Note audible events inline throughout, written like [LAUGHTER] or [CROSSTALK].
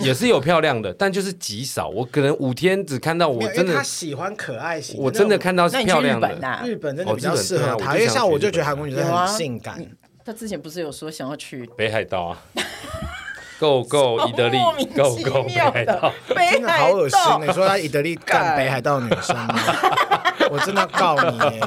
[LAUGHS] 也是有漂亮的，但就是极少。我可能五天只看到没我有因真为的他，喜欢可爱型，我真的看到那是你去漂日亮本啊的。呐、日本真的哦比较日本适对合啊我他，就因为想像我去就日觉得本韩国女生有啊很性感，他之前不是有说想要去北海道啊，Go [LAUGHS] Go 伊德利哦莫名，Go 其 Go 北妙海的道， [LAUGHS] 北真的好海恶心道欸！你说他意大利干北海道女生吗，我真的要告你欸！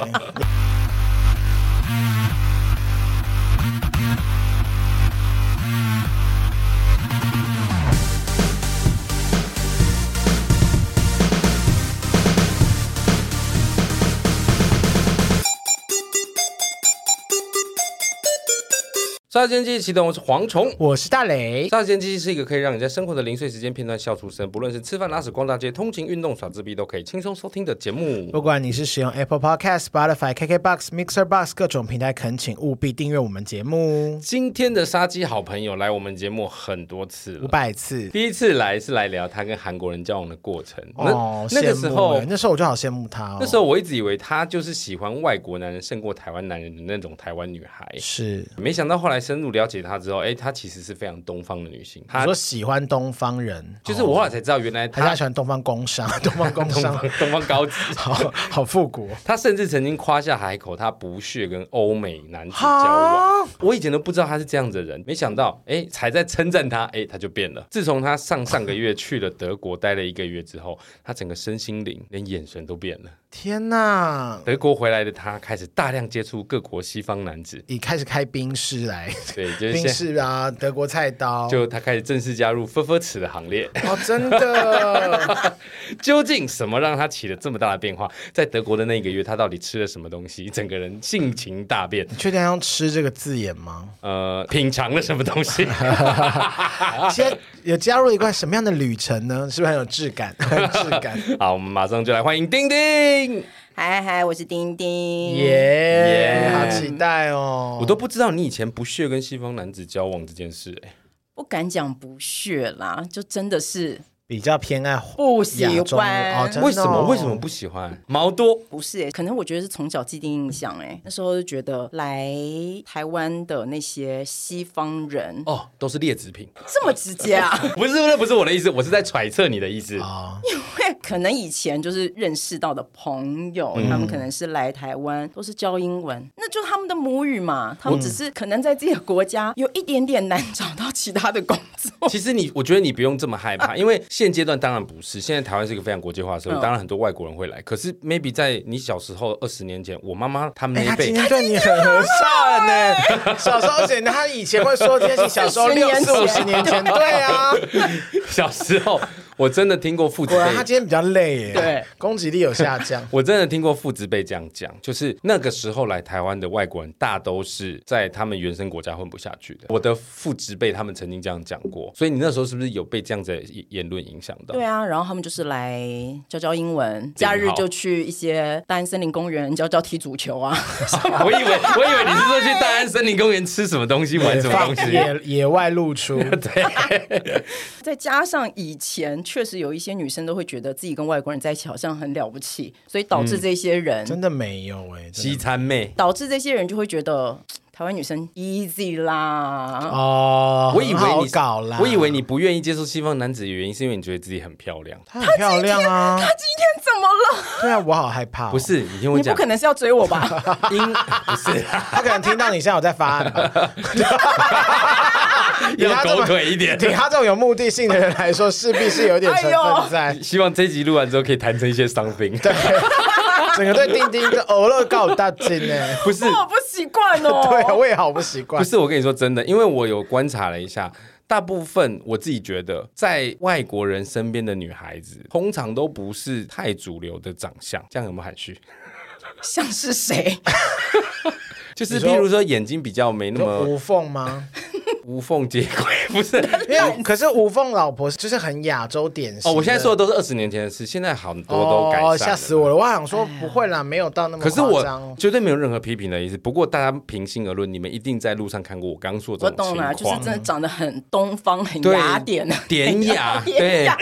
杀时间机器启动，我是蝗虫。我是大雷，杀时间机器是一个可以让你在生活的零碎时间片段笑出声，不论是吃饭、拉屎、逛大街、通勤、运动、耍自闭，都可以轻松收听的节目。不管你是使用 Apple Podcast、Spotify、KKBox、Mixer Box 各种平台，恳请务必订阅我们节目今天的杀鸡好朋友来我们节目很多次五了，百次。第一次来是来聊他跟韩国人交往的过程。哦，那那个羡慕时候欸，那时候我就好羡慕他哦。那时候我一直以为她就是喜欢外国男人胜过台湾男人的那种台湾女孩，是没想到后来深入了解她之后，哎、她其实是非常东方的女性。你她说喜欢东方人，哦就是我后来才知道，原来还是她他喜欢东方 [LAUGHS] 工商？东方工东商方东方 [LAUGHS] 高级。好好复古哦。她甚至曾经夸下海口，她不屑跟欧美男子交往。我以前都不知道她是这样子的人，没想到，哎、才在称赞她，哎、她就变了。自从她上上个月去了德国待了一个月之后，她整个身心灵连眼神都变了。天哪！德国回来的她开始大量接触各国西方男子，你开始开冰室来，对，就是现冰在室啊，德国菜刀，就他开始正式加入分分尺的行列。 [LAUGHS] 哦，真的究竟什么让他起了这么大的变化？在德国的那一个月，他到底吃了什么东西？整个人性情大变，你确定要用“吃”这个字眼吗？呃，品尝了什么东西？ [LAUGHS] 啊现在有加入一块什么样的旅程呢？是不是很有质 [LAUGHS] 感？很有质感，好，我们马上就来欢迎丁丁。嗨嗨，我是丁丁。耶耶！好期待哦！我都不知道你以前不屑跟西方男子交往这件事、欸，不敢讲不屑啦，就真的是比较偏爱不喜欢亚洲人哦，真欸的哦为什么？为什么？不喜欢？毛多不是、欸？可能我觉得是从小既定印象哎、欸，那时候就觉得来台湾的那些西方人、哦，都是劣质品。 [LAUGHS] 这么直接 [LAUGHS] 啊。不是，那不是我的意思，我是在揣测你的意思。哦，可能以前就是认识到的朋友，他们可嗯能是来台湾都是教英文，那就他们的母语嘛。他们嗯只是可能在自己的国家有一点点难找到其他的工 [LAUGHS] 作。其实你，我觉得你不用这么害怕，因为现阶段当然不是，现在台湾是一个非常国际化的社会，嗯当然很多外国人会来。可是 maybe 在你小时候二十年前，我妈妈他们哎，那他一辈今，天对你很和善呢。小时候显得他以前会说这些，你小时候四十六年前四五十年前，对啊。 [LAUGHS] 小时候我真的听过父子果然他辈，。今天比较累耶，对，攻击力有下降我真的听过父子辈这样讲，就是那个时候来台湾的外国人，大都是在他们原生国家混不下去的。我的父子辈他们曾经这样讲过，所以你那时候是不是有被这样子的言言论影响到？对啊，然后他们就是来教教英文，假日就去一些大安森林公园教教踢足球啊。 [LAUGHS] [LAUGHS] 我以为我以为你是说去大安森林公园吃什么东西， [LAUGHS] 玩什么东 [LAUGHS] 西。啊野野外露出，再加上以前确实有一些女生都会觉得自己跟外国人在一起好像很了不起，所以导致这些人，嗯真的没有哎、真西的餐妹，导致这些人就会觉得台湾女生 easy 啦。哦，我以很为好你搞啦，我以为你不愿意接受西方男子的原因是因为你觉得自己很漂亮，她很漂亮啊，他今天怎么了？对啊，我好害怕哦、不是？你听我你不讲，可能是要追我吧？ [LAUGHS] 因不 [LAUGHS] 是他可能听到你现在有在发 [LAUGHS] 案吧，以要他这狗么腿一 [LAUGHS] 点。对他这种有目的性的人来说，势必是有点成分在。 [LAUGHS] 希望这集录完之后可以谈成一些 something。整个对钉钉的偶尔告大金呢，不是我不习 [LAUGHS] 惯哦。对啊，我也好不习惯不。是，我跟你说真的，因为我有观察了一下。大部分我自己觉得，在外国人身边的女孩子，通常都不是太主流的长相，这样有没有含 [LAUGHS] 蓄？像是谁？就是你说譬如说眼睛比较没那有么无缝吗？无缝接轨，不 [LAUGHS] 是？因为可是无缝老婆就是很亚洲典型的。哎哦，我现在说的都是二十年前的事，现在很多都改善了。哦，吓死我了！我还想说不会啦，没有到那么可夸是张。我绝对没有任何批评的意思。不过大家平心而论，你们一定在路上看过我刚说的我这种懂情了，况，啊就是真 [LAUGHS] 的长得很东方，很对雅典啊的。典雅，[LAUGHS] 典对雅，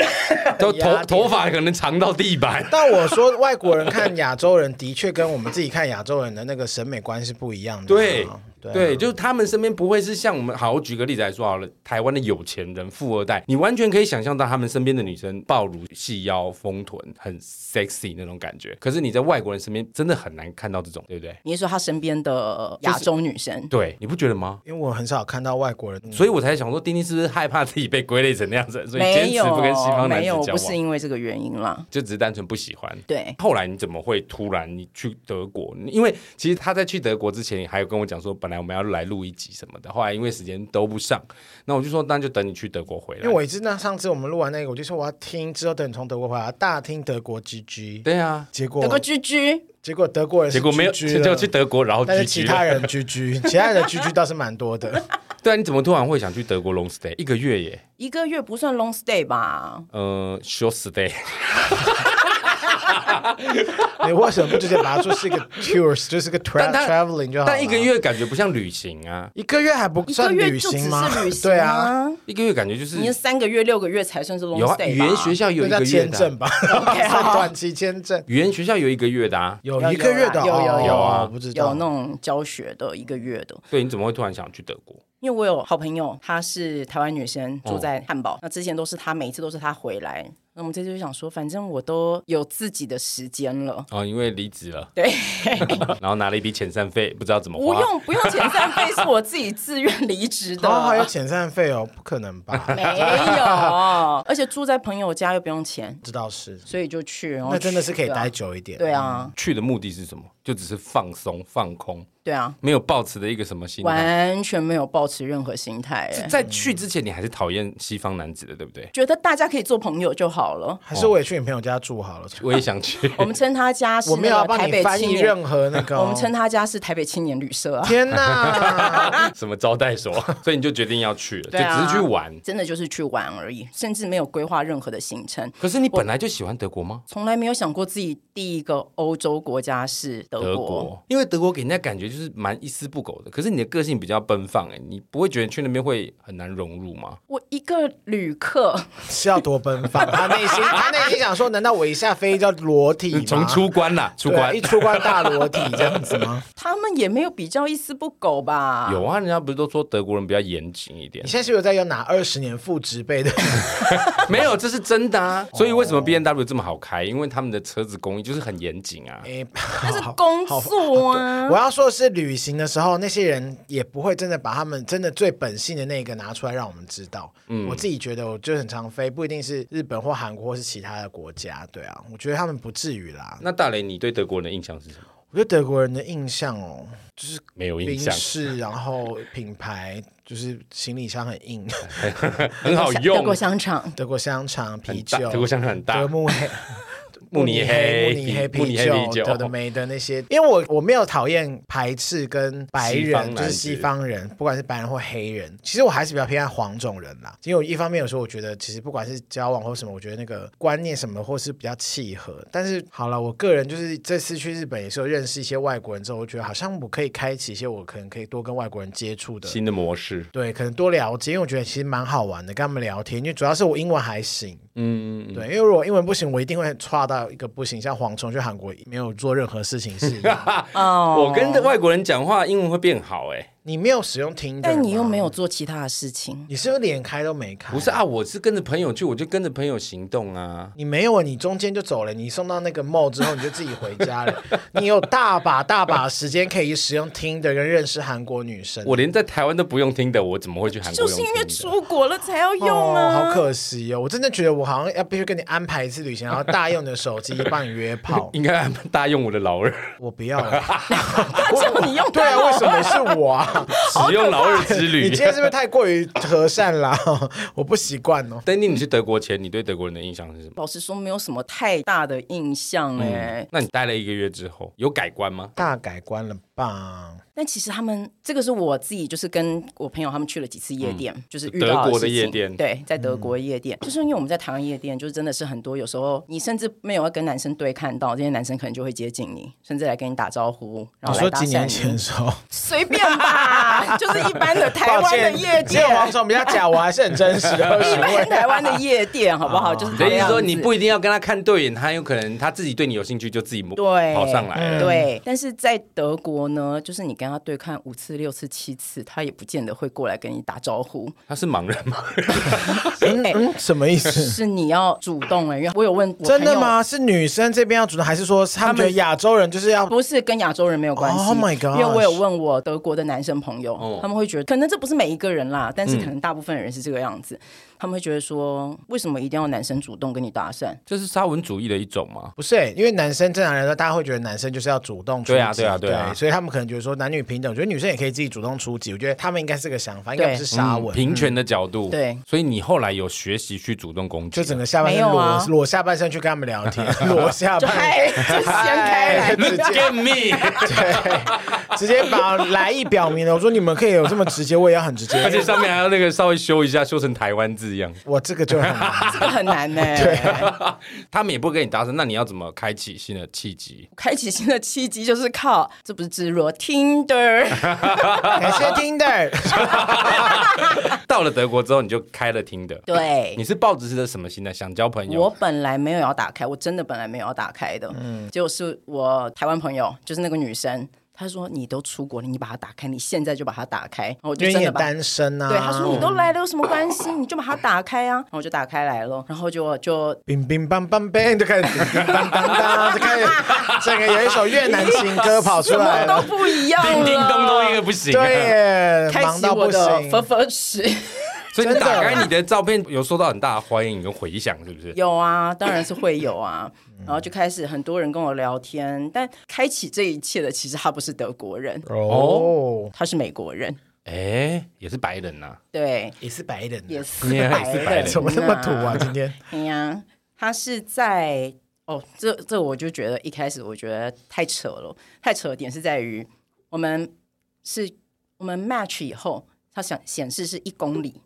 都典雅头头发可能长到地板。但我说外国人看亚洲人的确跟我们自己看亚洲人的那个审美观是不一样的。哦对，对啊对，就是他们身边不会是像我们，好，我举个例子来说好了，台湾的有钱人、富二代，你完全可以想象到他们身边的女生暴乳、细腰、丰臀，很 sexy 那种感觉。可是你在外国人身边真的很难看到这种，对不对？你是说他身边的亚洲女生？对，你不觉得吗？因为我很少看到外国人，所以我才想说，丁丁是不是害怕自己被归类成那样子，所以坚没持有，哦不跟西方男没子有，交不是往，因为这个原因啦。就只是单纯不喜欢。对，后来你怎么会突然你去德国？因为其实他在去德国之前，还有跟我讲说，本来我们要来录一集什么的，后来因为时间都不上，那我就说，那就等你去德国回来。因为我一直那上次我们录完那个，我就说我要听，之后等你从德国回来，大听德国 GG。对啊，结果德国居居，结果德国人是结果没有 GG 就就了去德国，然后但是 GG 其了他人 GG，其他人的 GG 倒是蛮多 [LAUGHS] 的。对啊，你怎么突然会想去德国 long stay 一个月耶？一个月不算 long stay 吧？呃，short stay，你为什么不直接把它做是一个 tours，就是个 tra 但他 traveling 就好了？啊但一个月感觉不像旅行啊，一个月还不一个算月旅就只行是吗？旅 [LAUGHS] 行对啊，，一个月感觉就是你三个月、六个月才算是 long 有啊， stay 吧？语言学校有那一个叫月签的啊、证吧， [LAUGHS] 好好短期签证语言学校有一个月的啊。有有一个月的，有有哦有啊我不知有道那。种教学的一个月的，所以你怎么会突然想去德国？因为我有好朋友，她是台湾女生，哦嗯住在汉堡。那之前都是她，每一次都是她回来。那我们这次就想说，反正我都有自己的时间了，哦，因为离职了， [LAUGHS] 对， [LAUGHS] 然后拿了一笔遣散费，不知道怎么不花。用不用遣散费，是我自己自愿离职的。然后还有遣散费哦，不可能吧？ [LAUGHS] 没有，而且住在朋友家又不用钱，知道是，所以就去。然后那真的是可以嗯去啊待久一点。对啊，去的目的是什么？就只是放松、放空，对啊，没有抱持的一个什么心态。完全没有抱持任何心态、是欸在去之前，你还是讨厌西方男子的，对不 [LAUGHS] 对？觉得大家可以做朋友就好了。还是我也去你朋友家住好了。我也想去。 [LAUGHS] 我们称他家是我没有那要个帮台你北翻青译年，任何那个哦。我们称他家是台北青年旅社啊。天 [LAUGHS] 哪！什么招待 [LAUGHS] 所，所以你就决定要去了，对啊就只是去玩。真的就是去玩而已，甚至没有规划任何的行程，可是你本来就喜欢德国吗？从来没有想过自己第一个欧洲国家是德国。德国，因为德国给人家感觉就是蛮一丝不苟的，可是你的个性比较奔放，哎，你不会觉得去那边会很难融入吗？我一个旅客， [LAUGHS] 是要多奔放。他内心，他内心想说：难道我一下飞叫裸体吗？从出关啦，出对啊关一出关大裸体这样子吗？他们也没有比较一丝不苟吧？有啊，人家不是都说德国人比较严谨一点 [LAUGHS] 你？现在是不是有在有哪二十年副植被 [LAUGHS] 的？没有，这是真的啊。 [LAUGHS] 所以为什么 B N W 这么好开？因为他们的车子工艺就是很严谨啊。哎，那是工作啊我。要说的是，旅行的时候那些人也不会真的把他们真的最本性的那个拿出来让我们知道。嗯我自己觉得，我就很常飞，不一定是日本或韩国或是其他的国家。对啊，我觉得他们不至于啦。那大雷，你对德国人的印象是什么？我对德国人的印象哦，就是没有印宾象，士，然后品牌就是行李箱很硬，很好德用国，香肠，德国香肠、啤很大，酒、德国香肠很大德，慕 [LAUGHS] 黑、慕尼黑慕尼黑慕尼黑啤酒有的没的那些，因为我我没有讨厌排斥跟白西方人，男就是西方人，不管是白人或黑人，其实我还是比较偏爱黄种人啦。因为我一方面有时候我觉得，其实不管是交往或什么，我觉得那个观念什么或是比较契合。但是好了，我个人就是这次去日本也是有认识一些外国人之后，我觉得好像我可以开启一些我可能可以多跟外国人接触的。新的模式。对，可能多了解，因为我觉得其实蛮好玩的，跟他们聊天，因为主要是我英文还行，嗯，对，因为如果英文不行，我一定会差到一个不行，像蝗虫去韩国没有做任何事情是 [LAUGHS] 一样的。[LAUGHS] 哦，我跟外国人讲话，英文会变好哎、你没有使用听，啊但哎你又没，有做其他的事情，你是不是连开都没开？不是，啊，我是跟着朋友去，我就跟着朋友行动啊。你没有啊，你中间就走了，你送到那个 mall 之后你就自己回家了，你有大把大把时间可以使用听的跟认识韩国女生。我连在台湾都不用听的，我怎么会去韩国就用是听因的？。为出国了才要用哦，啊。好可惜哦！我真的觉得我好像要必须跟你安排一次旅行，然后大用你的手机帮你约炮应该大用我的老二，我不要了，他叫你用对它啊，为哦什么是 [LAUGHS] 我啊？使用老二之你旅今。天是不是太过于和善啦？ [LAUGHS] 我不习惯哦。丹尼，你去德国前，你对德国人的印象是什么？老实说，没有什么太大的印象嗯哎、那你待了一个月之后，有改观吗？大改观了吧？但其实他们这个是我自己，就是跟我朋友他们去了几次夜店，就是遇嗯德到国事的夜情店嗯对，在德国夜店，就是因为我们在台湾夜店，就是真的是很多，有时候你甚至没有要跟男生对看到，这些男生可能就会接近你，甚至来跟你打招呼，然你后来说搭几讪年你前的时候，随便 [LAUGHS] 吧，就是一般的 [LAUGHS] 台湾的夜今天王店，总比较假，我还是很真实 [LAUGHS] 的。一般台湾的夜店，好不啊好？就是你这的意思样说子你不一定要跟他看对眼，他有可能他自己对你有兴趣，就自己对嗯跑上来了。对，但是在德国呢，就是你跟跟他对看五次、六次、七次，他也不见得会过来跟你打招呼。他是盲人吗？ [LAUGHS] [LAUGHS] 嗯哎嗯，什么意思？是你要主动哎、因为我有问我真的朋友吗？是女生这边要主动，还是说他们觉得亚洲人就是要不是跟亚洲人没有关系 Oh my gosh 因为我有问我德国的男生朋友，哦他们会觉得可能这不是每一个人啦，但是可能大部分人是这个样子，他们会觉得说为什么一定要男生主动跟你搭讪？这是沙文主义的一种吗？不是、欸？因为男生正常来说，大家会觉得男生就是要主动出击，对啊对啊对对啊所以他们可能觉得说男女平等，我觉得女生也可以自己主动出击。我觉得他们应该是这个想法，应该不是沙嗯文。平权的角度，对所以你后来有学习去主动攻击，就整个下半身没有裸、啊裸下半身去跟他们聊 [LAUGHS] 天，裸下就半嗨，就掀开来。直 Look 接 at me，对， [LAUGHS] 直接把来意表明了。我说你们可以有这么直接，我也要很直 [LAUGHS] 而且接。上面还要那个稍微修一下，修成台湾字样。我这个就很难， [LAUGHS] 这个很难欸呢、 [LAUGHS] 他们也不会跟你搭讪，那你要怎么开启新的契机？开启新的契机就是靠，这不是自若 Tinder，感谢 Tinder。到了德国之后，你就开了听的。对你，是抱着是个什么心态？想交朋友？我本来没有要打开，我真的本来没有要打开的。嗯，结果是我台湾朋友，就是那个女生，她说你都出国了，你把它打开，你现在就把它打开。然后我因就为你真也的把。单身啊。对，她说你都来了，有什么关系？你就把它打开啊。然后我就打开来了，然后就就冰冰棒棒冰，就开始叮叮当当当，就 [LAUGHS] 开始整个有一首越南情歌跑出什来了。么都不一样了， [LAUGHS] 叮叮咚咚一个不行、啊。对耶，开忙启到我不的行。粉粉池。所以你真的打开你的照片，有受到很大的欢迎跟回响，是不是？有啊，当然是会有啊。然后就开始很多人跟我聊天，但开启这一切的其实他不是德国人，哦，他是美国人，哎、也是白人呐、对，也是白人啊， [LAUGHS] 也是你也是白人、白人怎么那么土啊？今天哎呀，他是在哦，这这我就觉得一开始我觉得太扯了，太扯的点是在于我们是我们 match 以后，它显显示是一公里，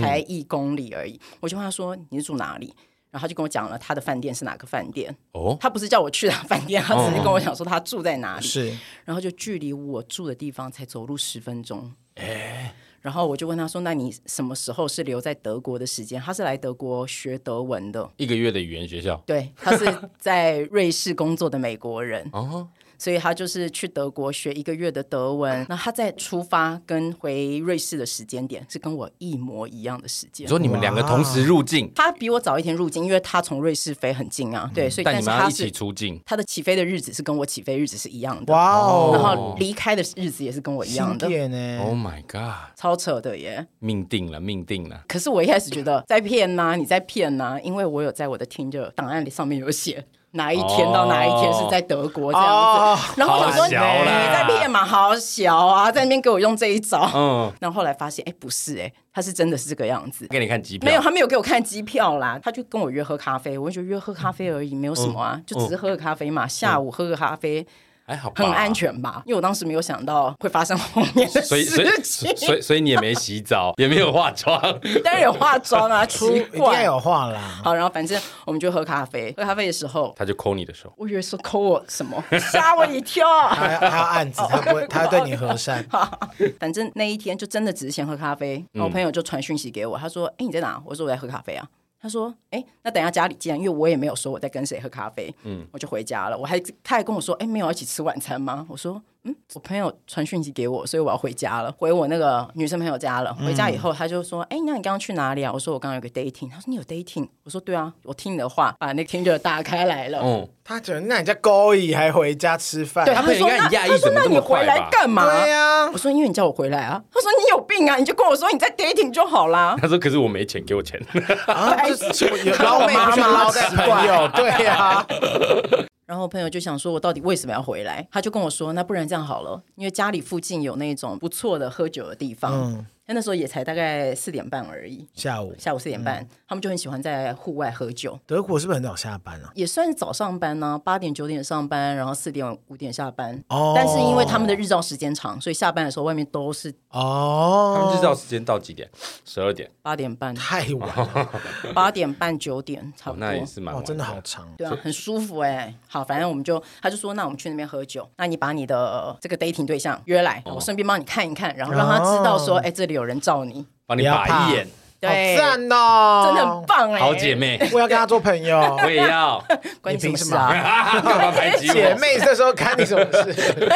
才一公里而已。我就问他说你是住哪里？然后他就跟我讲了他的饭店是哪个饭店，哦，他不是叫我去他饭店，他只是跟我讲说他住在哪里，是然后就距离我住的地方才走路十分钟。哎然后我就问他说：“那你什么时候是留在德国的时间？”他是来德国学德文的，一个月的语言学校。对，他是 [LAUGHS] 在瑞士工作的美国人，哦，所以他就是去德国学一个月的德文。那他在出发跟回瑞士的时间点是跟我一模一样的时你间。说你们两个同时入境，他比我早一天入境，因为他从瑞士飞很近啊，对，所以嗯但但你是们要他一起是出境，他的起飞的日子是跟我起飞日子是一样的，哇哦，欸然后离开的日子也是跟我一样经的，典呢哦 Oh。my god！超扯的耶！命定了，命定了。可是我一开始觉得在骗呐、你在骗呐、因为我有在我的听着档案里上面有写哪一天到哪一天是在德国这样子，哦然后我想哦说好你小啦在骗嘛，好小啊，在那边给我用这一招。嗯，然后后来发现，哎，不是哎、他是真的是这个样子。给你看机票。没有，他没有给我看机票啦，他就跟我约喝咖啡，我就觉得约喝咖啡而已，没有什么啊，嗯就只是喝个咖啡嘛，下午喝个咖啡还哎好，很安。全吧？因为我当时没有想到会发生后面的所以，所以，事情，所以，所以你也没洗 [LAUGHS] 澡，也没有化妆。当然有化妆啊，奇出一定要怪。有话啦。好，然后反正我们就喝咖啡，喝咖啡的时候，他就抠你的手，我以为说抠我什么，吓我一跳。他要他要暗指，他不会，他要对你和善。 [LAUGHS] 反正那一天就真的只是先喝咖啡，嗯然后我朋友就传讯息给我，他说：“哎、你在哪？”我说：“我在喝咖啡啊。”他说：“哎、那等一下家里见，因为我也没有说我在跟谁喝咖啡，嗯，我就回家了。我还他还跟我说：‘哎、没有要一起吃晚餐吗？’我说：‘嗯，我朋友传讯息给我，所以我要回家了，回我那个女生朋友家嗯了。’回家以后，他就说：‘哎、那你刚刚去哪里啊？’我说：‘我刚刚有个 dating。’他说：‘你有 dating？’ 我说：‘对啊，我听你的话，把那个 Tinder 打开来了。’嗯，他觉得那人家勾引还回家吃饭，对，他他们说应该那很讶异他说怎么那这么你回快来吧干嘛？对啊我说因为你叫我回来啊。他说你有病啊，你就跟我说你在 dating 就好啦。他说：“可是我没钱，给我钱。啊，就是有捞妹不是捞在朋友，对啊，然后我朋友就想说，我到底为什么要回来？他就跟我说，那不然这样好了，因为家里附近有那种不错的喝酒的地方。嗯那那时候也才大概四点半而已，下午下午四点半，嗯他们就很喜欢在户外喝酒。德国是不是很早下班啊？也算是早上班呢、八点九点上班，然后四点五点下班。哦但是因为他们的日照时间长，所以下班的时候外面都是 [LAUGHS] 哦，他们知道时间到几点？十二点。八点半、太晚了，八点半、九点差哦，不多。那也是蛮哦，晚真的好长。对啊，很舒服哎、好，反正我们就，他就说，那我们去那边喝酒，那你把你的、呃这个 dating 对哦象约来，我顺便帮你看一看，然后让他知道说，哎、这里有人罩你。帮你把一眼。好对，赞哦，真的很棒哎、好姐，妹，我要跟他做朋友。我也 [LAUGHS] 要，关你你凭什什么事么啊？干 [LAUGHS] 嘛排 [LAUGHS] 挤姐我？妹这时候干你什么事？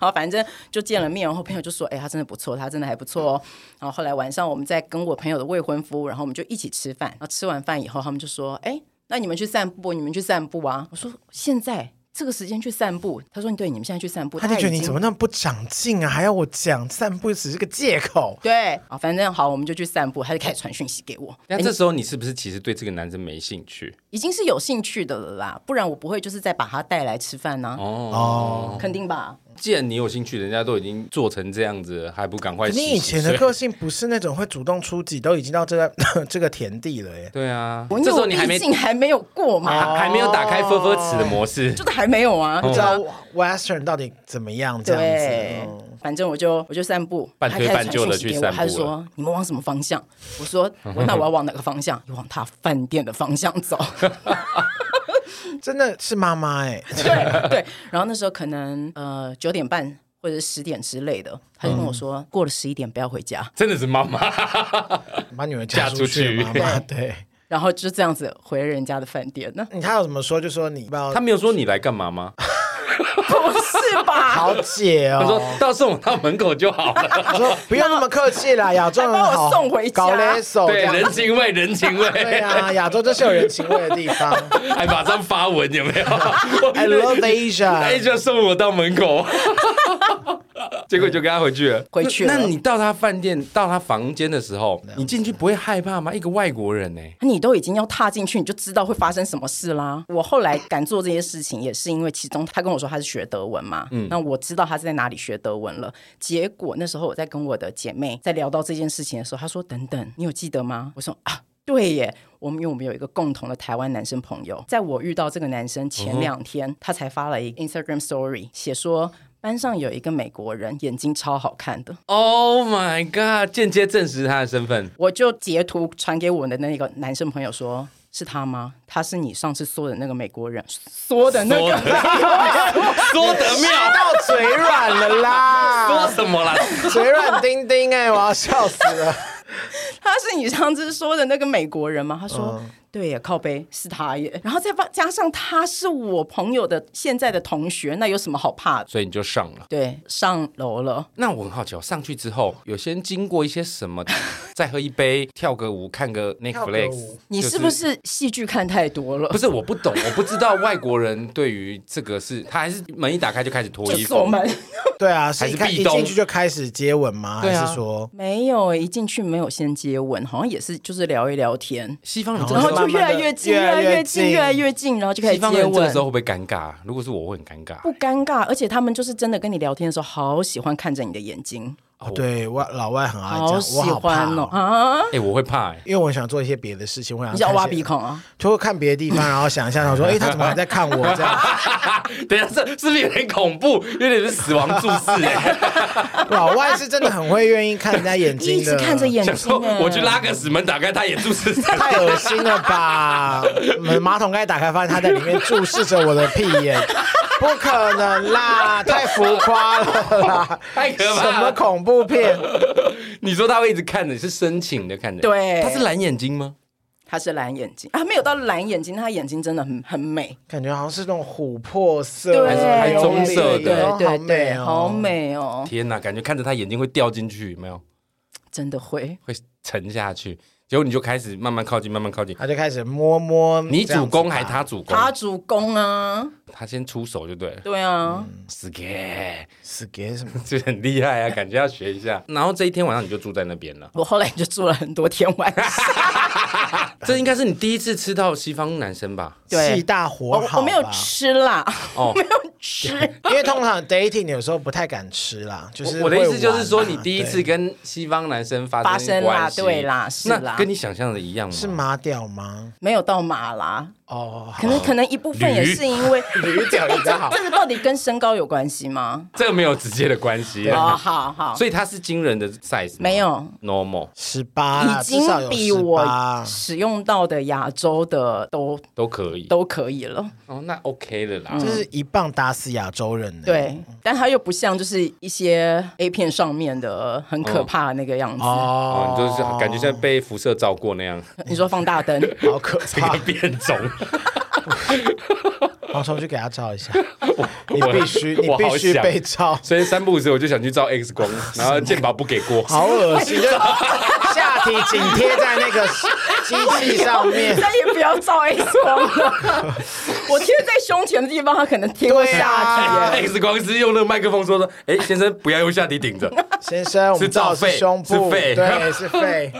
好，反正就见了面，然后朋友就说：“哎、他真的不错，他真的还不错哦。”然后后来晚上我们在跟我朋友的未婚夫，然后我们就一起吃饭。然后吃完饭以后，他们就说：“哎、那你们去散步，你们去散步啊！”我说：“现在这个时间去散步？”他说：“对，你们现在去散步。”他就已觉得你经怎么那么不长进啊，还要我讲散步只是个借口。对啊？反正好，我们就去散步，他就开始传讯息给我。哎那这时候你是不是其实对这个男生没兴趣？已经是有兴趣的了啦，不然我不会就是再把他带来吃饭呢、哦，肯定吧？既然你有兴趣，人家都已经做成这样子了，还不赶快可洗洗你睡？以前的个性不哎是那种会主动出击，都已经到这个 [LAUGHS] 这个田地了耶。对啊，我这时候你还毕没哦竟还没有过嘛，啊还还没有打哦开分分词的模式就，是还没有啊，不你知哦知道道 Western 到底怎么样这样对子。嗯，反正我就我就散步，半他推开始半传就讯地息去给我散步他就了说你们往什么方向？我说我那我要往哪个方向？你往他饭店的方向 [LAUGHS] 走。真的是妈妈哎，对对。然后那时候可能呃九点半或者十点之类的，他就跟我说、过了十一点不要回家，真的是妈 [LAUGHS] 妈。把女儿嫁嫁出出去去的妈妈。对，？然后就这样子回人家的饭店呢 [LAUGHS] 你他有怎么说？就说你不要他没有说你来干嘛吗？不哦是吧？好姐他说哦，到送我到门口就好 [LAUGHS] 了。我说不用那么客气啦，亚洲人还把好我送回家搞勒手哦这对，样人情味，人情对味，啊，亚洲就是有人情味的地方。还马上发文有没有 I love Asia， ？Asia 送我到门 [LAUGHS] 口，结果就跟他回去了。嗯回去了那那你到他饭店、到他房间的时候，你进去不会害怕吗？一个外国人呢？你都已经要踏进去，你就知道会发生什么事啦。我后来敢做这些事情，也是因为其中他跟我说他是学德文嘛，那我知道他是在哪里学德文了。结果那时候我在跟我的姐妹在聊到这件事情的时候，她说：“等等，你有记得吗？”我说：“啊，对耶。”我们因为我们有一个共同的台湾男生朋友，在我遇到这个男生前两天，他才发了一个 Instagram Story，写说班上有一个美国人，眼睛超好看的， Oh my god！间接证实他的身份。我就截图传给我的那个男生朋友说。是他吗？他是你上次说的那个美国人，说的啊那说个得 [LAUGHS] 说得笑妙，到嘴软了 [LAUGHS] 啊说啦，什么啦？嘴软丁丁哎，我要笑死了。他是你上次说的那个美国人吗？他说、对耶，靠背是他耶。然后再把加上他是我朋友的现在的同学，那有什么好怕的？所以你就上了。对，上楼了。那我很好奇哦，上去之后有先经过一些什么，再喝一杯， [LAUGHS] 跳个舞，看个跳个 Netflix 舞。你是不？是戏剧看太多了？不是，我不懂，我不知道外国人对于这个是，他还是门一打开就开始脱就衣锁服。门对啊，还是是一开壁一咚进去就开始接吻吗？对啊还是说没有，一进去没有先接吻，好像也是就是聊一聊天，西方人这然个然时后候，就越来越近，越来越近，越来越近，然后就开始西方接人这个吻时。候会不会尴尬？如果是我，我会很尴尬。不尴尬，而且他们就是真的跟你聊天的时候，好喜欢看着你的眼睛，哦，对外老外很爱好讲，哎喜我好怕欢哦啊！哎，我会怕哎。因为我想做一些别的事情，我想你想挖鼻看一些，孔啊？就会看别的地方，然后想一下，然后说，哎，他怎么还在看我这样？ [LAUGHS] 等一下，这是不是有点恐怖？有点是死亡注视哎。老外是真的很会愿意看人家眼睛的，一直看着，[LAUGHS] 眼想睛说哎，我去拉个屎，门打开，他也注 [LAUGHS] 视着。太恶心了吧？马桶盖打开，发现他在里面注视着我的屁 [LAUGHS] 眼，不可能啦，太浮夸了啦，太可怕了什么恐怖片？你说他会一直看着，是深情的看着。对他是蓝眼睛吗？他是蓝眼睛啊，没有到蓝眼睛，他眼睛真的很很美，感觉好像是那种琥珀色，对，还是还棕色的哦对好对美对，哦，好。美哦，天哪，感觉看着他眼睛会掉进去，有没有？真的会。会沉下去。嗯结果你就开始慢慢靠近，慢慢靠近。他就开始摸摸你这样主子攻还吧他主攻？他他主攻啊，先出手就对了。对啊，死 gay，死给什么？这很厉害啊，感觉要学一下。然后这一天晚上你就住在那边了。我后来就住了很多天晚上，这应该是你第一次吃到西方男生吧？对气大我火好吧我没有吃啦，哦我没有吃。因为通常 dating 有时候不太敢吃啦，就是我我的意会思就是说，玩嘛你第一次对跟西方男生发发生啦关系，对啦是啦那跟你想象的一样吗？是 [LAUGHS] 麻掉吗？没有到马啦，哦，可能可能一部分也是因为驴脚比较好 [LAUGHS] 这个到底跟身高有关系吗？这个没有直接的关系， [LAUGHS] 哦，好好，所以他是惊人的 size，吗没有。 normal 十八啦，已啊至少经有比18我使用到的亚洲的都都可以。都可以了，嗯哦，那 OK 了啦。就是一棒打杀死亚洲人呢。嗯对，但他又不像就是一些 A 片上面的很可怕的那个样子。哦，，哦你就是感觉像被辐射照过那样，你说 [LAUGHS] 放大灯，好可这怕 [LAUGHS] 个。变种，蝗虫去给他照一下，你我必须你我好必须想被照，所以三不五时我就想去照 X 光，然后健保不给过， [LAUGHS] 好恶 [LAUGHS] 心，就是下体紧贴在那个机器上面。 [LAUGHS] 再也不要照 X 光 [LAUGHS] 了。我贴在胸前的地方，他可能贴过对下啊体耶。 X 光师用那个麦克风说说，哎、先生不要用下体顶着，先生，我是们照照的肺是胸部，是肺对，是 [LAUGHS] 肺，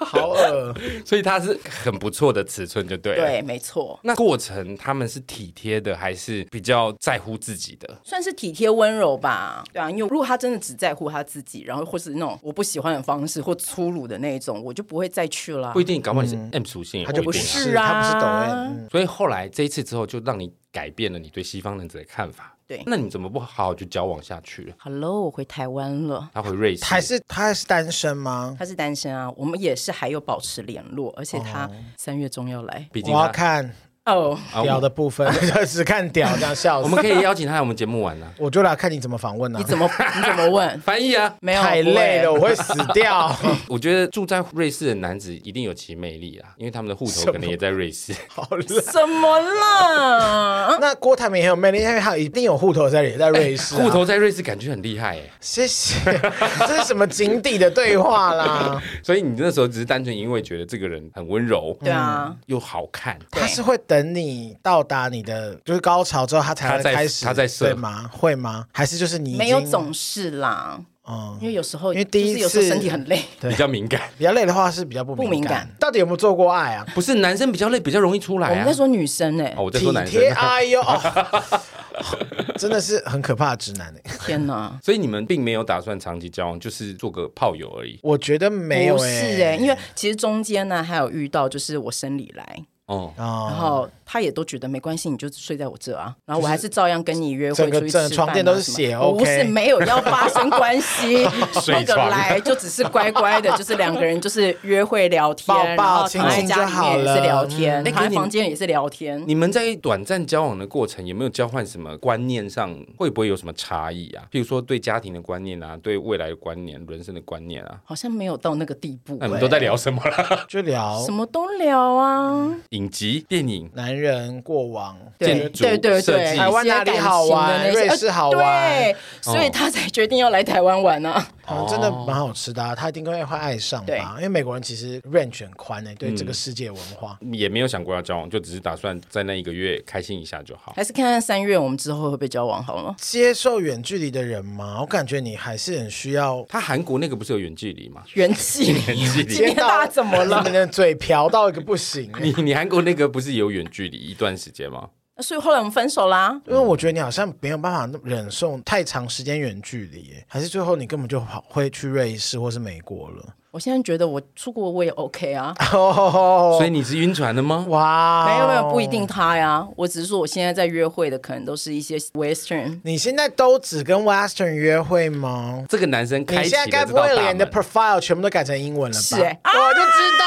好恶。所以它是很不错的尺寸，就对了。对，没错，那过程他们是体贴的，还是比较在乎自己的？算是体贴温柔吧。对啊，因为如果他真的只在乎他自己，然后或是那种我不喜欢的方式或粗鲁的那一种，我就不会再去了不。一定，搞不好你是 M 属性，也啊嗯他就不一定啊是是，啊他不是抖 M，所以后来这一次之后，就让你改变了你对西方人子的看法。对那你怎么不好好就交往下去了？ Hello，我回台湾了。他回瑞士，还是他还是单身吗？他是单身啊，我们也是还有保持联络，而且他哦三月中要来毕我竟要他看哦。啊屌我的部分， [LAUGHS] 只看屌，这样 [LAUGHS] 笑我死们。可以邀请他来我们节目玩啊，？我就来看你怎么访问呢啊 [LAUGHS] 你？怎么你怎么问翻译啊。没有，太不会累了，我会死 [LAUGHS] 掉。我觉得住在瑞士的男子一定有其魅力啊，因为他们的户头可能也在瑞士。好累。什么啦？那郭台铭很有魅力，因为他一定有户头在里，在瑞士啊。 [LAUGHS] 户头在瑞士感觉很厉害哎、谢谢，这是什么井底的对话啦？所以你那时候只是单纯因为觉得这个人很温柔，嗯对啊，又好看， [LAUGHS] 对他是会等你到达你的就是高潮之后，他才他会在开始，他在射对吗？会吗？还是就是你已没有经总是啦，嗯因为有时候因为第一就是有时候次身体很累，比较敏感。比较累的话是比较不不敏感到底有没有做过爱啊？不是男生比较累，比较容易出来我啊们在。说女生哎、哦，我在体说男生贴，。哎 [LAUGHS] 呦，哦真的是很可怕的直男欸天哪！所以你们并没有打算长期交往，就是做个炮友而已。我觉得 [LAUGHS] 没有不是哎、哎，因为其实中间呢还有遇到，就是我生理来，哦，然哦，后他也都觉得没关系，你就睡在我这啊，然后我还是照样跟你约会整个出去整吃饭个啊床垫都是什么血不 OK 是没有要发生 [LAUGHS] 关系，睡那个床来就只是乖乖的，就是两个人就是约会聊天，抱抱然后躺在亲亲家就里好面也了是聊天，嗯哎可是躺在你房间也是聊天。你们在短暂交往的过程有没有交换什么观念上会不会有什么差异啊？比如说对家庭的观念啊，对未来的观念、人生的观念啊，好像没有到那个地步、那你嗯哎们都在聊什么啊啦？就聊什么都聊啊， [LAUGHS] 影集、电影。男人过往，对建筑对对设计对，台湾哪里好玩一些感情的那些瑞士好玩哦呃对，所以他才决定要来台湾玩啊。好嗯像真的蛮好吃的啊，他一定会会爱上对吧？因为美国人其实 range 很宽诶，嗯对这个世界文化。也没有想过要交往，就只是打算在那一个月开心一下就好。还是看看三月我们之后会不会交往好了。接受远距离的人嘛，我感觉你还是很需要。他韩国那个不是有远距离吗？元气，距离今天大家怎么了你？们的嘴瓢到一个不行，欸你 [LAUGHS] 你韩国那个不是有远距离一段时间吗？所以后来我们分手啦。因为我觉得你好像没有办法忍受太长时间远距离耶，还是最后你根本就跑会去瑞士或是美国了。我现在觉得我出国我也 OK 啊，哦所以你是晕船的吗？ [LAUGHS] 哇，哦没有没有不一。定他呀，我只是说我现在在约会的可能都是一些 Western。你现在都只跟 Western 约会吗？这个男生你开现启了在该这不道会大连你的门 profile 全部都改成英文了吧？哦是欸我就知道，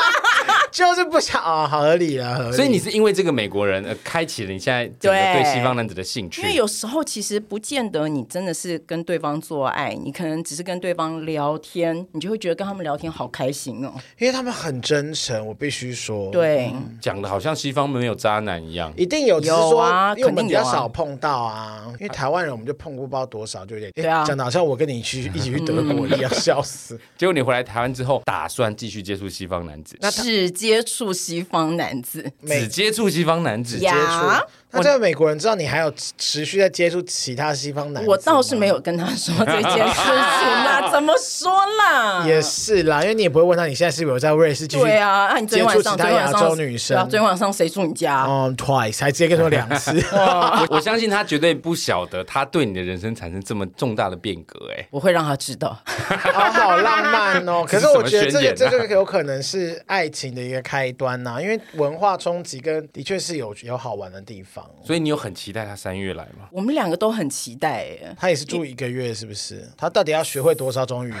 [LAUGHS] 就是不想啊、合理了，合理。所以你是因为这个美国人而开启了你现在整个对西方男子的兴趣因。为有时候其实不见得你真的是跟对方做爱，你可能只是跟对方聊天，你就会觉得跟他们聊天好开心哦。因为他们很真诚，我必须说，，对，嗯讲的好像西方没有渣男一样，一定有，只是有说，啊因为我们肯比定有较啊少碰到啊，因为台湾人我们就碰过不知道多少，就有点，诶对啊讲的好像我跟你去一起去德国一样，笑死。结果你回来台湾之后，打算继续接触西方男子，只接触西方男子，美只接触西方男子。接呀触。那这个美国人知道你还有持续在接触其他西方男子吗，我倒是没有跟他说这件事 [LAUGHS] 情啦，怎么说啦？也是啦，因为你也不会问他你现在是不是有在瑞士继续对啊，那你昨天晚接触上昨其他天亚晚洲上女对啊，生昨天晚上谁住你家？嗯 twice，还直接跟他两次， [LAUGHS] 我我相信他绝对不晓得，他对你的人生产生这么重大的变革、哎，我会让他知道， [LAUGHS] 好好浪漫哦。可这是是我觉什得 [LAUGHS] 这么宣言个啊这个有可能是爱情的一个开端呐、因为文化冲击跟的确是有有好玩的地方。所以你有很期待他三月来吗？我们两个都很期待耶。他也是住一个月，是不是？他到底要学会多少种语言，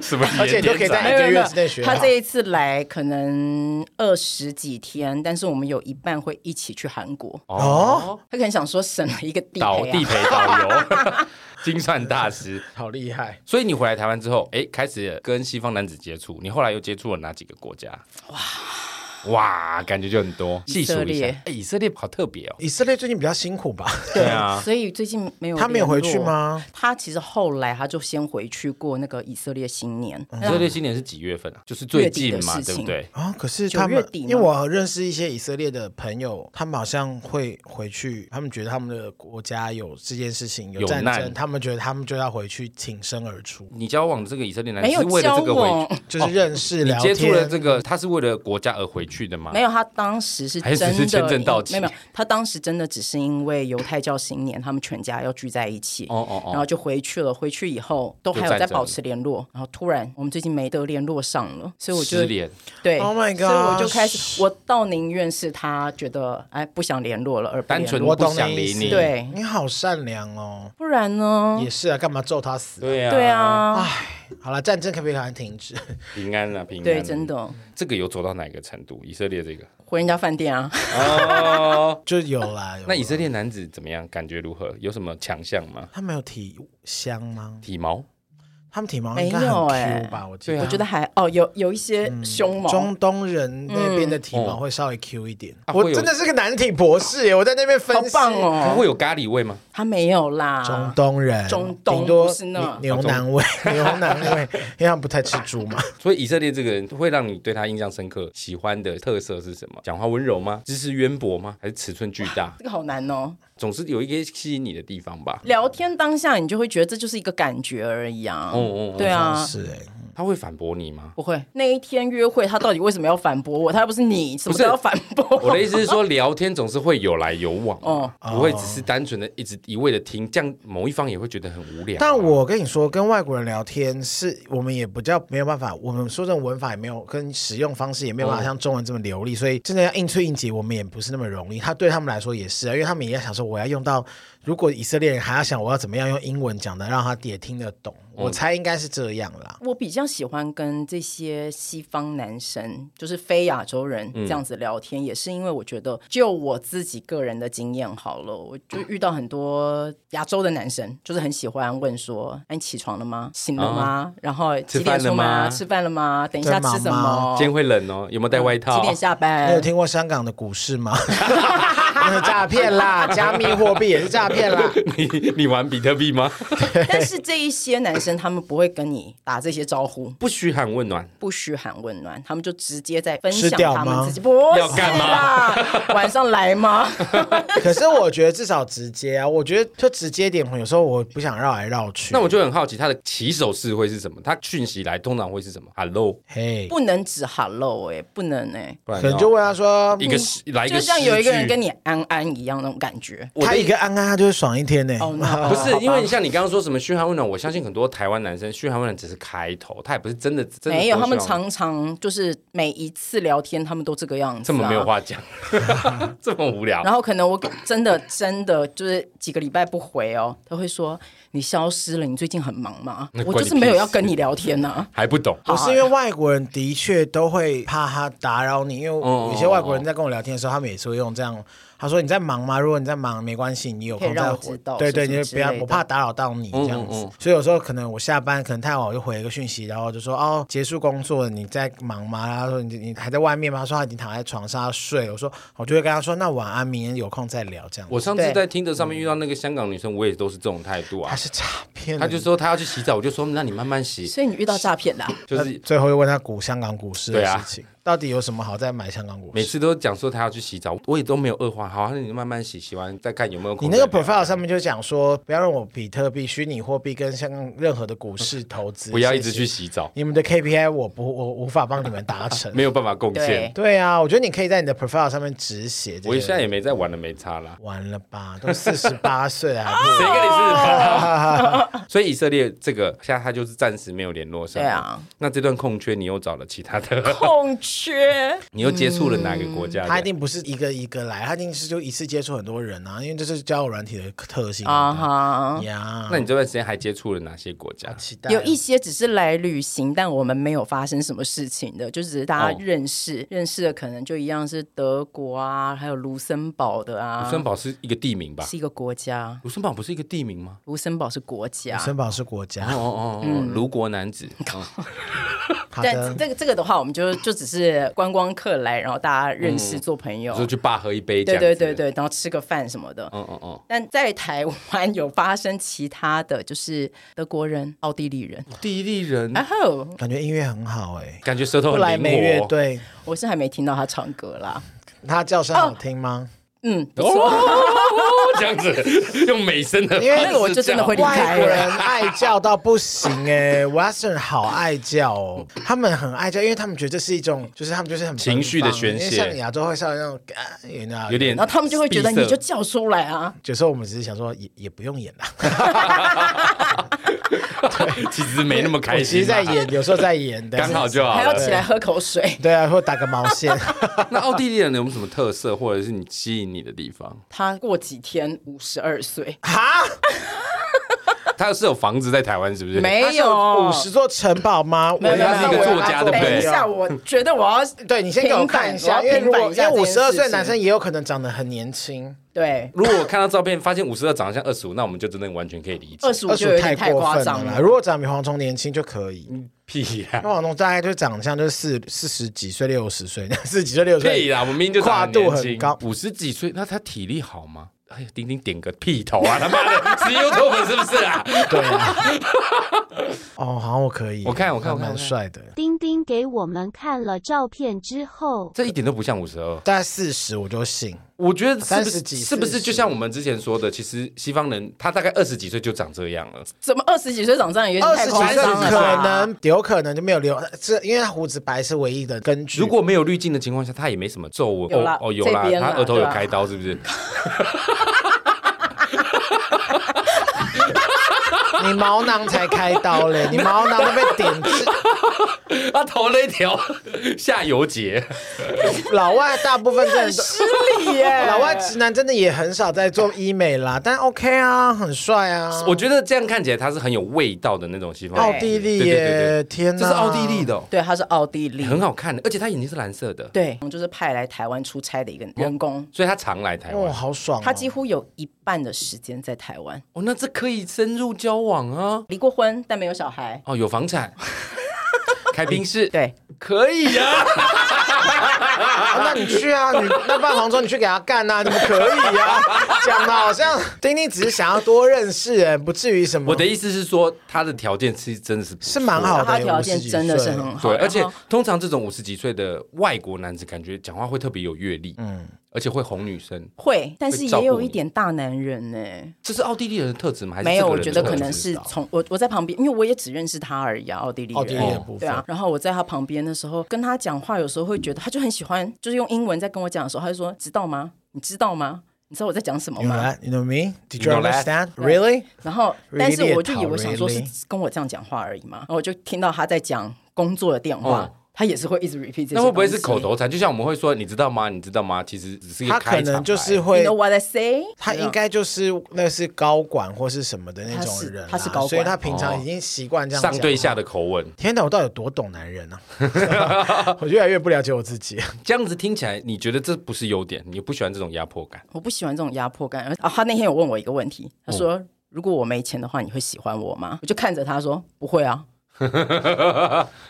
什么 [LAUGHS] 而且延 [LAUGHS] 都年可以在展一个月之内学好他这一次来可能二十几天，但是我们有一半会一起去韩国。哦，他可能想说省了一个地导陪地啊，陪导游， [LAUGHS] 精算大师。好厉害！所以你回来台湾之后，哎，开始跟西方男子接触，你后来又接触了哪几个国家？哇哇，感觉就很多，细以数色一下列。哎，以色列好特别哦。以色列最近比较辛苦吧？ [LAUGHS] 对啊，所以最近没有他没有回去联络？吗？他其实后来他就先回去过那个以色列新年，哦以色列新年是几月份啊？就是最近嘛，嗯月底的事对情不对？啊、可是他九们月，底吗因为我认识一些以色列的朋友，他们好像会回去，他们觉得他们的国家有这件事情有有战难争，他们觉得他们就要回去挺身而出，你交往的这个以色列男子没有是为了交这个回往去，，就是认识你聊接触天。了这个，他是为了国家而回去的吗？没有，他当时是还真是的只是签证到期没有，没有他当时真的只是因为犹太教新年，他们全家要聚在一起，哦哦哦然后就回去了。回去以后都还就战有在争保持联络，然后突然我们最近没得联络上了，所以我就失联。对 Oh my 所以我 gosh 就开始，我倒宁愿是他觉得哎不想联络了，而不单纯联络我我不懂想你理意思你对，你好善良哦，不然呢？也是啊，干嘛咒他死？对啊，对，啊，好了，战争可不可以赶快停止？平安了，平安。啊啊对，真，的这个有走到哪个程度？以色列这个回人家饭店啊。哦， [LAUGHS] 就有啦。有那以色啦列男子怎么样？感觉如何？有什么强项吗？他们有体香吗？体毛他们体毛没应该有很欸 Q 吧？我记对啊我得。觉得还哦，有有一些胸毛，嗯中东人那边的体毛嗯会稍微 Q 一点，啊我会有真的是个男体博士耶！我在那边分好析，棒它哦。会有咖喱味吗？他没有啦，中东人，中东顶多不是那牛牛腩味， [LAUGHS] 牛腩味，因为他们不太吃猪嘛。所以以色列这个人会让你对他印象深刻，喜欢的特色是什么？讲话温柔吗？知识渊博吗？还是尺寸巨大？这个好难哦。总是有一个吸引你的地方吧。聊天当下，你就会觉得这就是一个感觉而已啊。嗯哦哦哦对啊，是哎，他会反驳你吗？不会。那一天约会，他到底为什么要反驳我？他又不是你，什么不是都要反驳。我的意思是说，聊天总是会有来有往， [LAUGHS] 哦不会只是单纯的一直一味的听，这样某一方也会觉得很无聊啊。但我跟你说，跟外国人聊天是我们也不叫没有办法，我们说这种文法也没有跟使用方式也没有办法哦像中文这么流利，所以真的要应对应急，我们也不是那么容易。他对他们来说也是啊，因为他们也要想说，我要用到，如果以色列人还要想我要怎么样用英文讲的，让他也听得懂，嗯我猜应该是这样啦。我比较喜欢跟这些西方男生，就是非亚洲人这样子聊天，也是因为我觉得，就我自己个人的经验好了，我就遇到很多亚洲的男生，就是很喜欢问说：“哎，你起床了吗？醒了吗？然后几点出门啊？吃吃饭了吗？等一下吃什在忙吗么？今天会冷哦，有没有带外套 [LAUGHS] [LAUGHS] 几？点下班？嗯你有听过香港的股市吗？ [LAUGHS] 那是诈骗啦，加密货币也是诈骗啦。你你玩比特币吗？但是这一些男生他们不会跟你打这些招呼，不嘘寒问暖，不嘘寒问暖，他们就直接在分吃享掉他吗们自己。不是啦要干晚上来吗？ [LAUGHS] 可是我觉得至少直接啊，我觉得就直接点，有时候我不想绕来绕去。那我就很好奇他的起手式会是什么？他讯息来通常会是什么？Hello，嘿不能只 hello 哎、不能哎、不然可能就问他说，一个诗来啊一个嗯就诗像有一个人句跟你安安一样那种感觉。我他的一个啊安安，他就会爽一天呢、哦、那不是，因为像你刚刚说什么嘘寒问暖，我相信很多台湾男生嘘寒问暖只是开头，他也不是真的真的没有，他们嘘寒问暖常常就是每一次聊天，他们都这个样子、啊，这么没有。话讲， [LAUGHS] 这么无聊。然后可能我真的真的就是几个礼拜不回哦，他会说你消失了，你最近很忙吗那？我关你就是没有屁要事跟你聊天啊呐、还不懂，我是因为外国人的确都会怕他打扰你，因为哦有些外国人在跟我聊天的时候，他们也是会用这样。他说你在忙吗？如果你在忙，没关系，你有空可以让再我回知。道对对，是你什么就之不要，类的我怕打扰到你这样子。嗯嗯嗯所以有时候可能我下班可能太晚，我就回一个讯息，然后就说哦，结束工作，你在忙吗？他说你你还在外面吗？他说他已经躺在床上他睡。我说我就会跟他说那晚安，明天有空再聊这样。我上次对在听的上面遇到那个香港女生，我也都是这种态度他啊。是诈骗人，她就说她要去洗澡，我就说那你慢慢洗，所以你遇到诈骗啊啦、就是最后又问他股香港股市的对啊事情，到底有什么好再买香港股每市？次都讲说她要去洗澡，我也都没有恶化。好，那你慢慢洗，洗完再看有没有空你再那聊。个 profile 上面就讲说，不要让我比特币、虚拟货币跟香港任何的股市投资，不要一直谢去谢。洗澡，你们的 KPI 我不我我无法帮你们达成。 [LAUGHS] 没有办法贡献对。对啊，我觉得你可以在你的 profile 上面只写这些。我现在也没在玩了，没差啦。完了吧，都四十八岁了还 [LAUGHS] 谁不跟你是吧？所以以色列这个现在他就是暂时没有联络上。对啊，那这段空缺你又找了其他的 [LAUGHS] 空缺。你又接触了哪个国家的？他一嗯定不是一个一个来，他一定是就一次接触很多人啊，因为这是交友软体的特性啊啊哈呀。那你这段时间还接触了哪些国家？期待 [LAUGHS] 啊有一些只是来旅行，但我们没有发生什么事情的，就只是大哦家认识，认识的可能就一样是德国啊，还有卢森堡的啊。卢森堡是一个地名吧？是一个国家，卢森堡不是一个地名吗？卢森堡是国家。森堡是国哦家，哦哦哦，嗯卢国男 [LAUGHS] 子。哦好但的，这个这个的话，我们就就只是观光客来，然后大家认嗯识、做朋友有时，候去爸喝一杯这对样子。对对。对，然后吃个饭什么的。嗯嗯嗯，但在台湾有发生其他的，就是德国人、奥地利人，啊地利人然后感觉音乐很好哎。感觉舌头布莱很梅乐哦灵活。队，我是还没听到他唱歌啦。他叫声好听吗？嗯，不哦， [LAUGHS] 错，这样子用美声的，因为那个我就真的会离外开国了。人爱叫到不行 [LAUGHS] 哎、w e s t e r n 好爱叫哦，他们很爱叫，因为他们觉得这是一种，就是他们就是很奔放情绪的宣泄因为像亚洲会稍微那种，啊你知道有点，然后他们就会觉得闭塞你就叫出来啊，有时候我们只是想说也也不用演啊了， [LAUGHS] 其实没那么 [LAUGHS] 开我其心实啊，在演，有时候在演，但刚是好就好还要了。起来喝口水。对啊，或打个毛 [LAUGHS] 线，那奥地利人有没有什么特色，或者是你吸引你的地 [LAUGHS] 方？他过几天五十二岁，哈，他是有房子在台湾，是不是？没有五十座城堡吗？没有没有他是一个没有作家对不对等一下，我觉得我要对你先给我看一下，因平为反如果我要平反因一下为五十二这件岁事情男生也有可能长得很年轻，对如果看到照片发现五十二长得像二十五，那我们就真的完全可以理解二。十五二就十有太点太过夸分张了啦。了。嗯如果长得比黄虫年轻就可以， [LAUGHS] 屁呀、那黄虫大概就长相就是四四十几岁、六十岁， [LAUGHS] 四十几岁、六十屁岁。啦！我明明就跨度很高五十几岁，那他体力好吗？哎呀，丁丁点个屁头啊！他妈的， [LAUGHS] 是 YouTube 粉是不是啊？对啊，哦，好，我可以，我看我看还我看蛮帅的。丁丁给我们看了照片之后，这一点都不像五十二。大概四十我就信，我觉得是不是30几是不是40就像我们之前说的，其实西方人他大概二十几岁就长这样了。怎么二十几岁长这样有二点十几太夸岁张了可吧？能有可能就没有留，这因为他胡子白是唯一的根据。如果没有滤镜的情况下，他也没什么皱纹。有啦哦哦有啦这，边啦他额头有对啊开刀是不是？你毛囊才开刀嘞，你毛囊都被点痣。 [LAUGHS] 他头了一条下游结，老外大部分真的都失礼耶！老外直男真的也很少在做医美啦，但 OK 啊，很帅啊。我觉得这样看起来他是很有味道的那种西方奥人。地利对对对耶，对，天哪，这是奥地利的哦、对，他是奥地利，很好看的，而且他眼睛是蓝色的，对，我们就是派来台湾出差的一个员工，所以他常来台哦，湾。好爽哦。他几乎有一半的时间在台湾，哦，那这可以深入交往啊。离过婚但没有小孩。哦，有房 [LAUGHS] 产，开宾室，对，可以呀、啊那你去啊，你那办黄忠，你去给他干呐、啊，怎么可以啊？讲的好像丁丁只是想要多认识人，不至于什么。我的意思是说，他的条件是真的是不错是蛮好的他耶，条件50几真的是岁很好，对，然后而且通常这种五十几岁的外国男子，感觉讲话会特别有阅历，嗯，而且会哄女生，会，但是会照顾也有你一点大男人呢。这是奥地利人的特质吗？还是没有，这个我人觉的得特可能质是从我我在旁边，因为我也只认识他而已啊，奥地利人。奥地利的部分。对啊，然后我在他旁边的时候跟他讲话，有时候会觉得他就很喜欢，就是用英文在跟我讲的时候，他就说：“知道吗？你知道吗？你知道我在讲什么 You know 吗 that? You know me? Did you You know that? understand? Really?？” 然后，但是 Really 我就以为想说是 really？跟我这样讲话而已嘛，然后我就听到他在讲工作的电话，哦他也是会一直 repeat 这些那会不会是东西口头禅？就像我们会说，你知道吗？你知道吗？其实只是一个他可开场白能就是？You 会 know，what I say？啊他应该就是那是高管或是什么的那种人啦，啊他是他是高管所以他平常已经习惯这样讲上对下。的口吻，天哪，我到底有多懂男人呢、啊？ [LAUGHS] 我越来越不了解我自己。啊这样子听起来，你觉得这不是优点？你不喜欢这种压迫感？我不喜欢这种压迫感。而啊，他那天有问我一个问题，嗯他说：“如果我没钱的话，你会喜欢我吗？”我就看着他说：“不会啊。”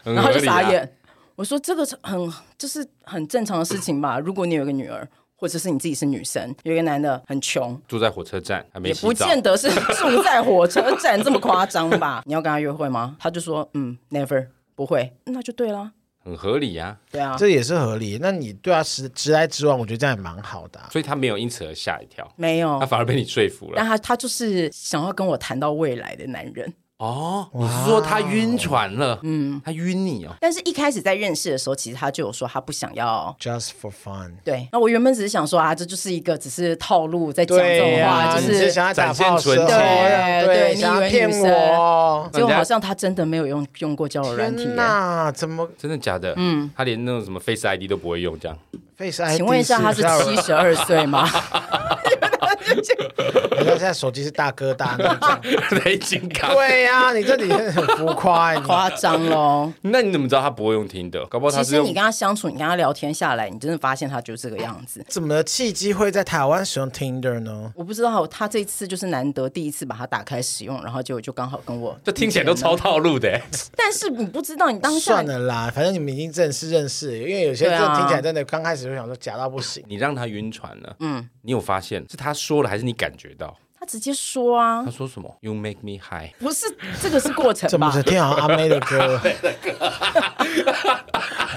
很然后就合理啊傻眼。我说这个是很就是很正常的事情吧。如果你有一个女儿，或者是你自己是女生，有一个男的很穷，住在火车站还没也洗不澡，见得是住在火车站这么夸张吧？你要跟他约会吗？他就说嗯，never，不会，那就对啦。很合理呀、对啊，这也是合理。那你对他直直来直往，我觉得这样也蛮好的啊、所以他没有因此而吓一跳，没有他。反而被你说服了但。他他就是想要跟我谈到未来的男人，哦，你是说他晕船了？嗯，他晕你哦。但是一开始在认识的时候，其实他就有说他不想要。 ，just for fun。对，那我原本只是想说啊，这就是一个只是套路在讲这对种呀、话，就你是想要打展现炮纯舌情对对想要你以为骗女生我。结果好像他真的没有用用过交友软嗯体天耶。哪，怎么真的假的？嗯，他连那种什么 Face ID 都不会用，这样 Face 哎 ID？请问一下，他是啊七十二 [LAUGHS] 岁吗？ [LAUGHS] 人家现在手机是大哥大那种。雷金刚。对呀、你这里很浮夸、欸，你夸张喽！那你怎么知道他不会用听的？搞不好哦他是其实用你跟他相处，你跟他聊天下来，你真的发现他就是这个样子。怎么契机会在台湾使用 Tinder 呢？我不知道他这次就是难得第一次把它打开使用，然后结果就刚好跟我这听起来都超套路的欸。但是你不知道，你当下算了啦，反正你们已经正式认识了，因为有些对人啊听起来真的刚开始就想说假到不行。你让他晕船了，嗯，你有发现是他说了还是你感觉到？他直接说啊他，说什么？You make me high。不是这个是过程怎么吧只？听好像阿妹的歌？ [LAUGHS]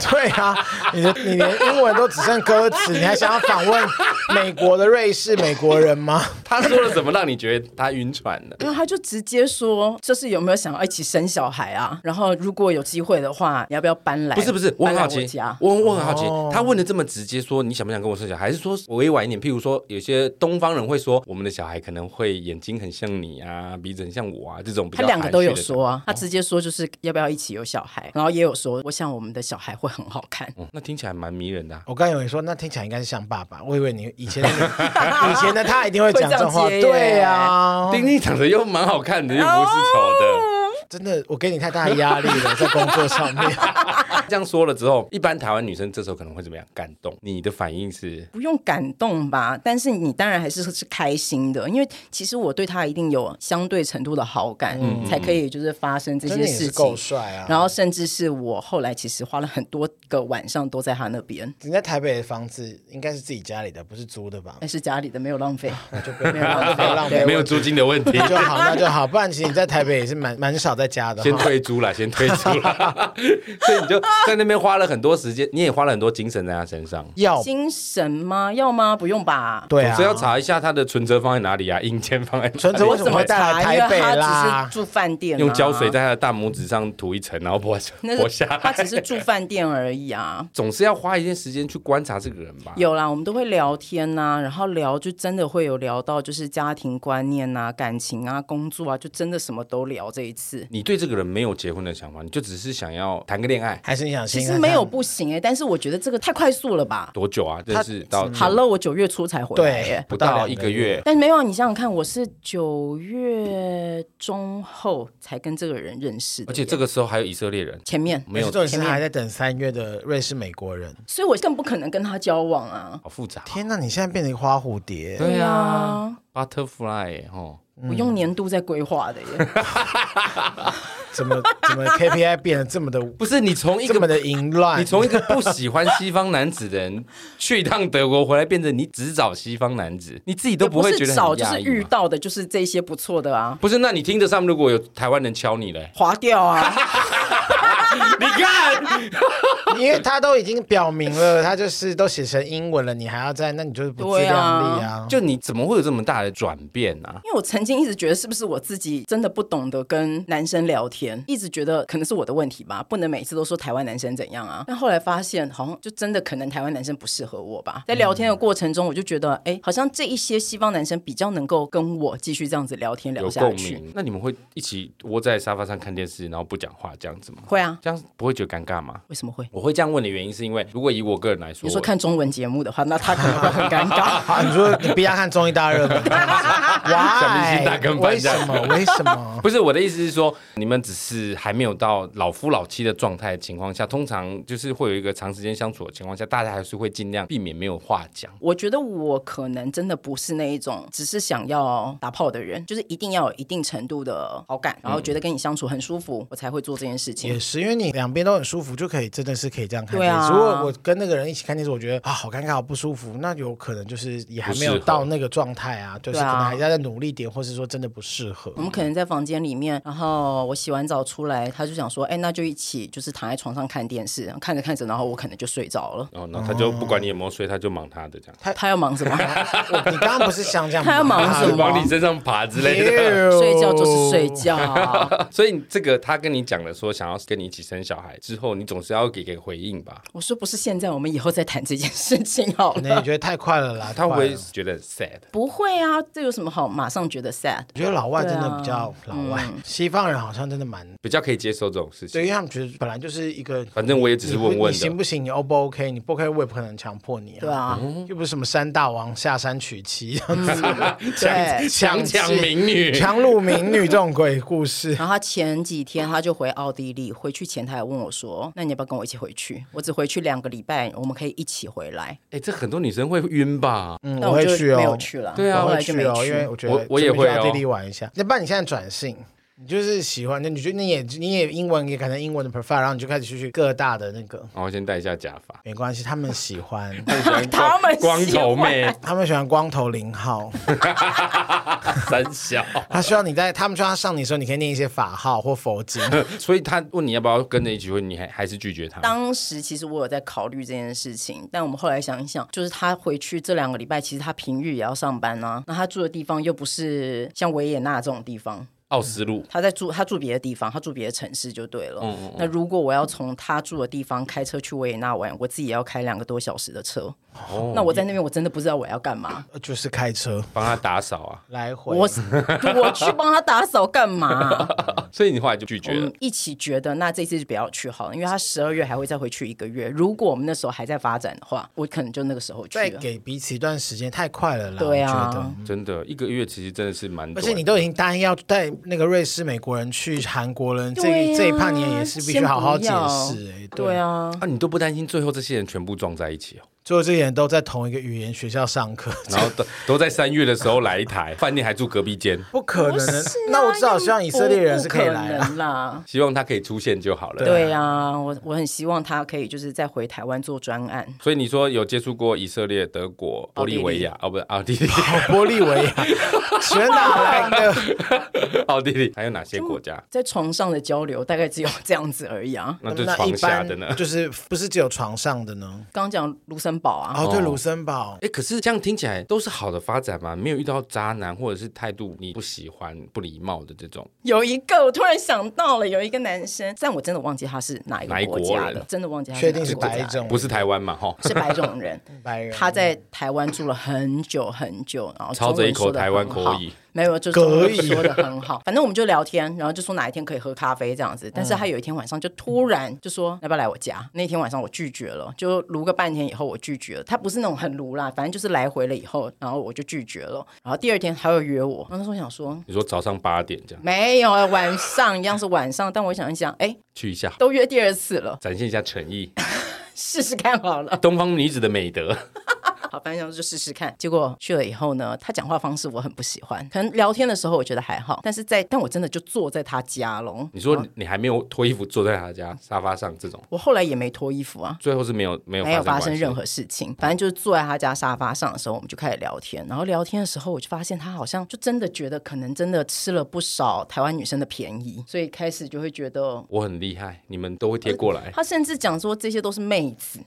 对啊，你的你连英文都只剩歌词，你还想要访问美国的瑞士美国人吗？ [LAUGHS] 他说了什么让你觉得他晕船了？然后他就直接说，就是有没有想要一起生小孩啊？然后如果有机会的话，你要不要搬来？不是不是，我很搬来好我啊奇家，我我很好奇，他问的这么直接，说你想不想跟我生小孩，还是说委婉一点？譬如说，有些东方人会说，我们的小孩可能会眼睛很像你啊，鼻子很像我啊，这种比他较两个都有说啊。啊，他直接说就是要不要一起有小孩，然后也有说我想我们的小孩会很好看。哦那听起来蛮迷人的啊。我刚以为说那听起来应该是像爸爸，我以为你以前以前的他一定会讲这种话。会这样接耶对啊，丁丁长得又蛮好看的，又不是丑真的，我给你太大的压力了，在工作上面。的。这样说了之后，一般台湾女生这时候可能会怎么样？感动？你的反应是？不用感动吧，但是你当然还是是开心的，因为其实我对他一定有相对程度的好感，才可以就是发生 [LAUGHS] 这嗯真些的也是事够情。帅啊！然后甚至是我后来其实花了很多个晚上都在他那边，你在台北的房子应该是自己家里的，不是租的 [LAUGHS] 吧？但是家里的没有 [LAUGHS] 浪费，就不要 [LAUGHS] 浪费，没有租金的问题，就好，那就好。不然其实你在台北也是蛮蛮少在家的先哈。退租啦，先退租啦。 [LAUGHS] 所以你就在那边花了很多时间，你也花了很多精神在他身上。要精神吗？要吗？不用吧。对啊所以，要查一下他的存折放在哪里啊，硬件放在哪里存折为我什怎么么会带来查？因台北为他啦只是住饭店、啊， [LAUGHS] 用胶水在他的大拇指上涂一层，然后剥下 [LAUGHS] 那剥是下他只来。是住饭店而 [LAUGHS] 已啊。总是要花一些时间去观察这个人吧。有啦，我们都会聊天呐、然后聊就真的会有聊到就是家庭观念呐、感情啊、工作啊，就真的什么都聊这一次。你对这个人没有结婚的想法，你就只是想要谈个恋爱，还是你想其先看看实没有不行哎、但是我觉得这个太快速了吧。多久啊？认识到 Hello，我九月初才回来耶、对不到一个月，但没有啊，你想想看，我是九月中后才跟这个人认识而的耶，且这个时候还有以色列人，前面没有重点是前他面还在等三月的瑞士美国人。所以我更不可能跟他交往啊。好复杂。天哪，你现在变成一个花蝴蝶，对啊啊， ，Butterfly 哦，我用年度在规划的耶。怎么怎么 KPI 变得这 [LAUGHS] 么的不是你从一这个么的淫乱？你从一个不喜欢西方男子的人去一趟德国回来，变成你只找西方男 [LAUGHS] 子，你自 [LAUGHS] 己都也不会觉得是很找，就压是抑遇吗到的，就是这些不错的啊，，不是，那你听得上如果有台湾人敲你嘞 [LAUGHS] 划 [LAUGHS] 掉啊，你看，因为他都已经表明了，他就是都写成英文了，你还要在，那你就是不自量力啊。 [LAUGHS] 就你怎么会有这么大的转变啊？因为我曾经一直觉得是不是我自己真的不懂得跟男生聊天，一直觉得可能是我的问题吧，不能每次都说台湾男生怎样啊。但后来发现，好像就真的可能台湾男生不适合我吧。在聊天的过程中，我就觉得，嗯哎，好像这一些西方男生比较能够跟我继续这样子聊天聊有下共去。鸣，那你们会一起窝在沙发上看电视，然后不讲话这样子吗？会啊，这样不会觉得尴尬吗？为什么会？我会这样问的原因是因为，如果以我个人来说，你说看中文节目的话，那他可能会很尴 [LAUGHS] 尬。啊，你说你逼他看综艺大热 [LAUGHS] 门，像明哇哎星大跟班为这什样么？为什么？ [LAUGHS] 不是我的意思是说，你们只是还没有到老夫老妻的状态的情况下，通常就是会有一个长时间相处的情况下，大家还是会尽量避免没有话讲。我觉得我可能真的不是那一种只是想要打炮的人，就是一定要有一定程度的好感，然后觉得跟你相处很舒服，我才会做这件事也情。是因为为你两边都很舒服，就可以真的是可以这样看对电视。啊如果我跟那个人一起看电视，我觉得啊好尴尬，好不舒服，那有可能就是也还没有不适合到那个状态啊，就是可对能啊还要再努力点，或是说真的不适 [LAUGHS] 合我。们可能在房间里面，然后我洗完澡出来，他就想说，哎，那就一起就是躺在床上看电视，看着看着，然后我可能就睡着了。然后然后他就不管你有没有 [LAUGHS] 睡，他就忙他的这样，他要忙什么？我你刚刚不是像这样吗，他要忙什么往你身上爬之 [LAUGHS] 类的。 Ew 睡觉哦就是睡觉。 [LAUGHS] 所以这个他跟你讲了说想要跟你一起生小孩之后，你总是要给给回应吧？我说不是现在，我们以后再谈这件事情好可 [LAUGHS] 了。能也觉得太快了啦，他快会了觉得很 sad。不会啊，这有什么好马上觉得 sad？我觉得老外真的对啊比较老外，嗯西方人好像真的蛮，比较可以接受这种事对，情因。为他们觉得本来就是一个，反正我也只是问你不问你行的，不行？你 O 不 OK？你不 OK，我也不可能强迫你啊。对，啊，嗯又不是什么三大王下山娶妻，对。强抢民女。强掳民女这种鬼故事。然后他前几天他就回奥地利，回去前他还问我说：“那你要不要跟我一起回去？我只回去两个礼拜，我们可以一起回来。哎，这很多女生会晕吧？嗯，但我我会就去哦，没有去了。对啊我我后来会就去没哦，因为去。我觉得我我也会哦去奥地利玩一下。要不然你现在转性，你就是喜欢，你觉得你也你也英文也改成英文的 profile，然后你就开始去去各大的那个，然后先戴一下假 [LAUGHS] 发。没关系，他们喜 [LAUGHS] 欢。喜欢光他们喜光欢头妹他们喜欢光头零号，三小，他希望你在他们希望他上你的时候，你可以念一些法号或佛 [LAUGHS] 经。所以他问你要不要跟着一起会，你还还是拒绝他。当时其实我有在考虑这件事情，但我们后来想一想，就是他回去这两个礼拜，其实他平日也要上班啊。那他住的地方又不是像维也纳这种地方，奥斯陆，他在住，他住别的地方，他住别的城市就对嗯了。那如果我要从他住的地方开车去维也纳玩，我自己也要开两个多小时的车。哦那我在那边我真的不知道我要干嘛，就是开车帮他打扫啊，来回。我我去帮他打扫 [LAUGHS] 干嘛？所以你后来就拒我绝了们。一起觉得那这次就不要去好了，因为他十二月还会再回去一个月。如果我们那时候还在发展的话，我可能就那个时候去再了。给彼此一段时间，太快了啦。对我觉啊得。真的，一个月其实真的是蛮而短的。且你都已经答应要带那个瑞士美国人去韩国人，这对啊这一趴你也是必须好好解先释、哎，对，啊，啊，你都不担心最后这些人全部撞在一起哦，最后这些人都在同一个语言学校上课， [LAUGHS] 然后都都在三月的时候来一台，饭店还住隔壁间，不可能不的。是啊那我至少希望以色列人是可以来不的不可。能啦。希望他可以出现就好了。对啊，我我很希望他可以就是再回台湾做专案。所以你说有接触过以色列、德国、玻利维亚，哦，不是奥地利，好，玻利维亚，全哪来的？ [LAUGHS] 奥地利还有哪些国家？在床上的交流大概只有这样子而已啊。那就一床下般的呢？ [LAUGHS] 就是不是只有床上的呢？刚刚讲卢森堡啊，哦，对，卢森堡哎，可是这样听起来都是好的发展嘛，没有遇到渣男或者是态度你不喜欢、不礼貌的这种。有一个我突然想到了，有一个男生，但我真的忘记他是哪一哪一个国国家人的，真的忘记他确定是哪个国家白种，不是台湾嘛，哈，是白 [LAUGHS] 种人。啊白人，他在台湾住了很久很久，然后操着一口中文说得台湾很口好音，没有，就是中文说的很好。反正我们就聊天，然后就说哪一天可以喝咖啡这样子。但是他有一天晚上就突然就说要不要来我家？那天晚上我拒绝了，就撸个半天以后我拒绝了。他不是那种很撸啦，反正就是来回了以后，然后我就拒绝了。然后第二天他又约我，然后那时候想说你说早上八点这样没有，啊晚上一样是晚上，但我想一想，哎，去一下，都约第二次了，展现一下诚意， [LAUGHS] 试试看好了。东方女子的美德。 [LAUGHS] 好，反正就试试看。结果去了以后呢，他讲话方式我很不喜欢，可能聊天的时候我觉得还好，但是在但我真的就坐在他家喽。你啊说你你还没有脱衣服坐在他家沙发上，这种我后来也没脱衣服啊，最后是没有没有没有发生关系任何事情，反正就是坐在他家沙发上的时候，我们就开始聊天。然后聊天的时候，我就发现他好像就真的觉得可能真的吃了不少台湾女生的便宜，所以开始就会觉得。我很厉害，你们都会贴过来。他甚至讲说这些都是妹子，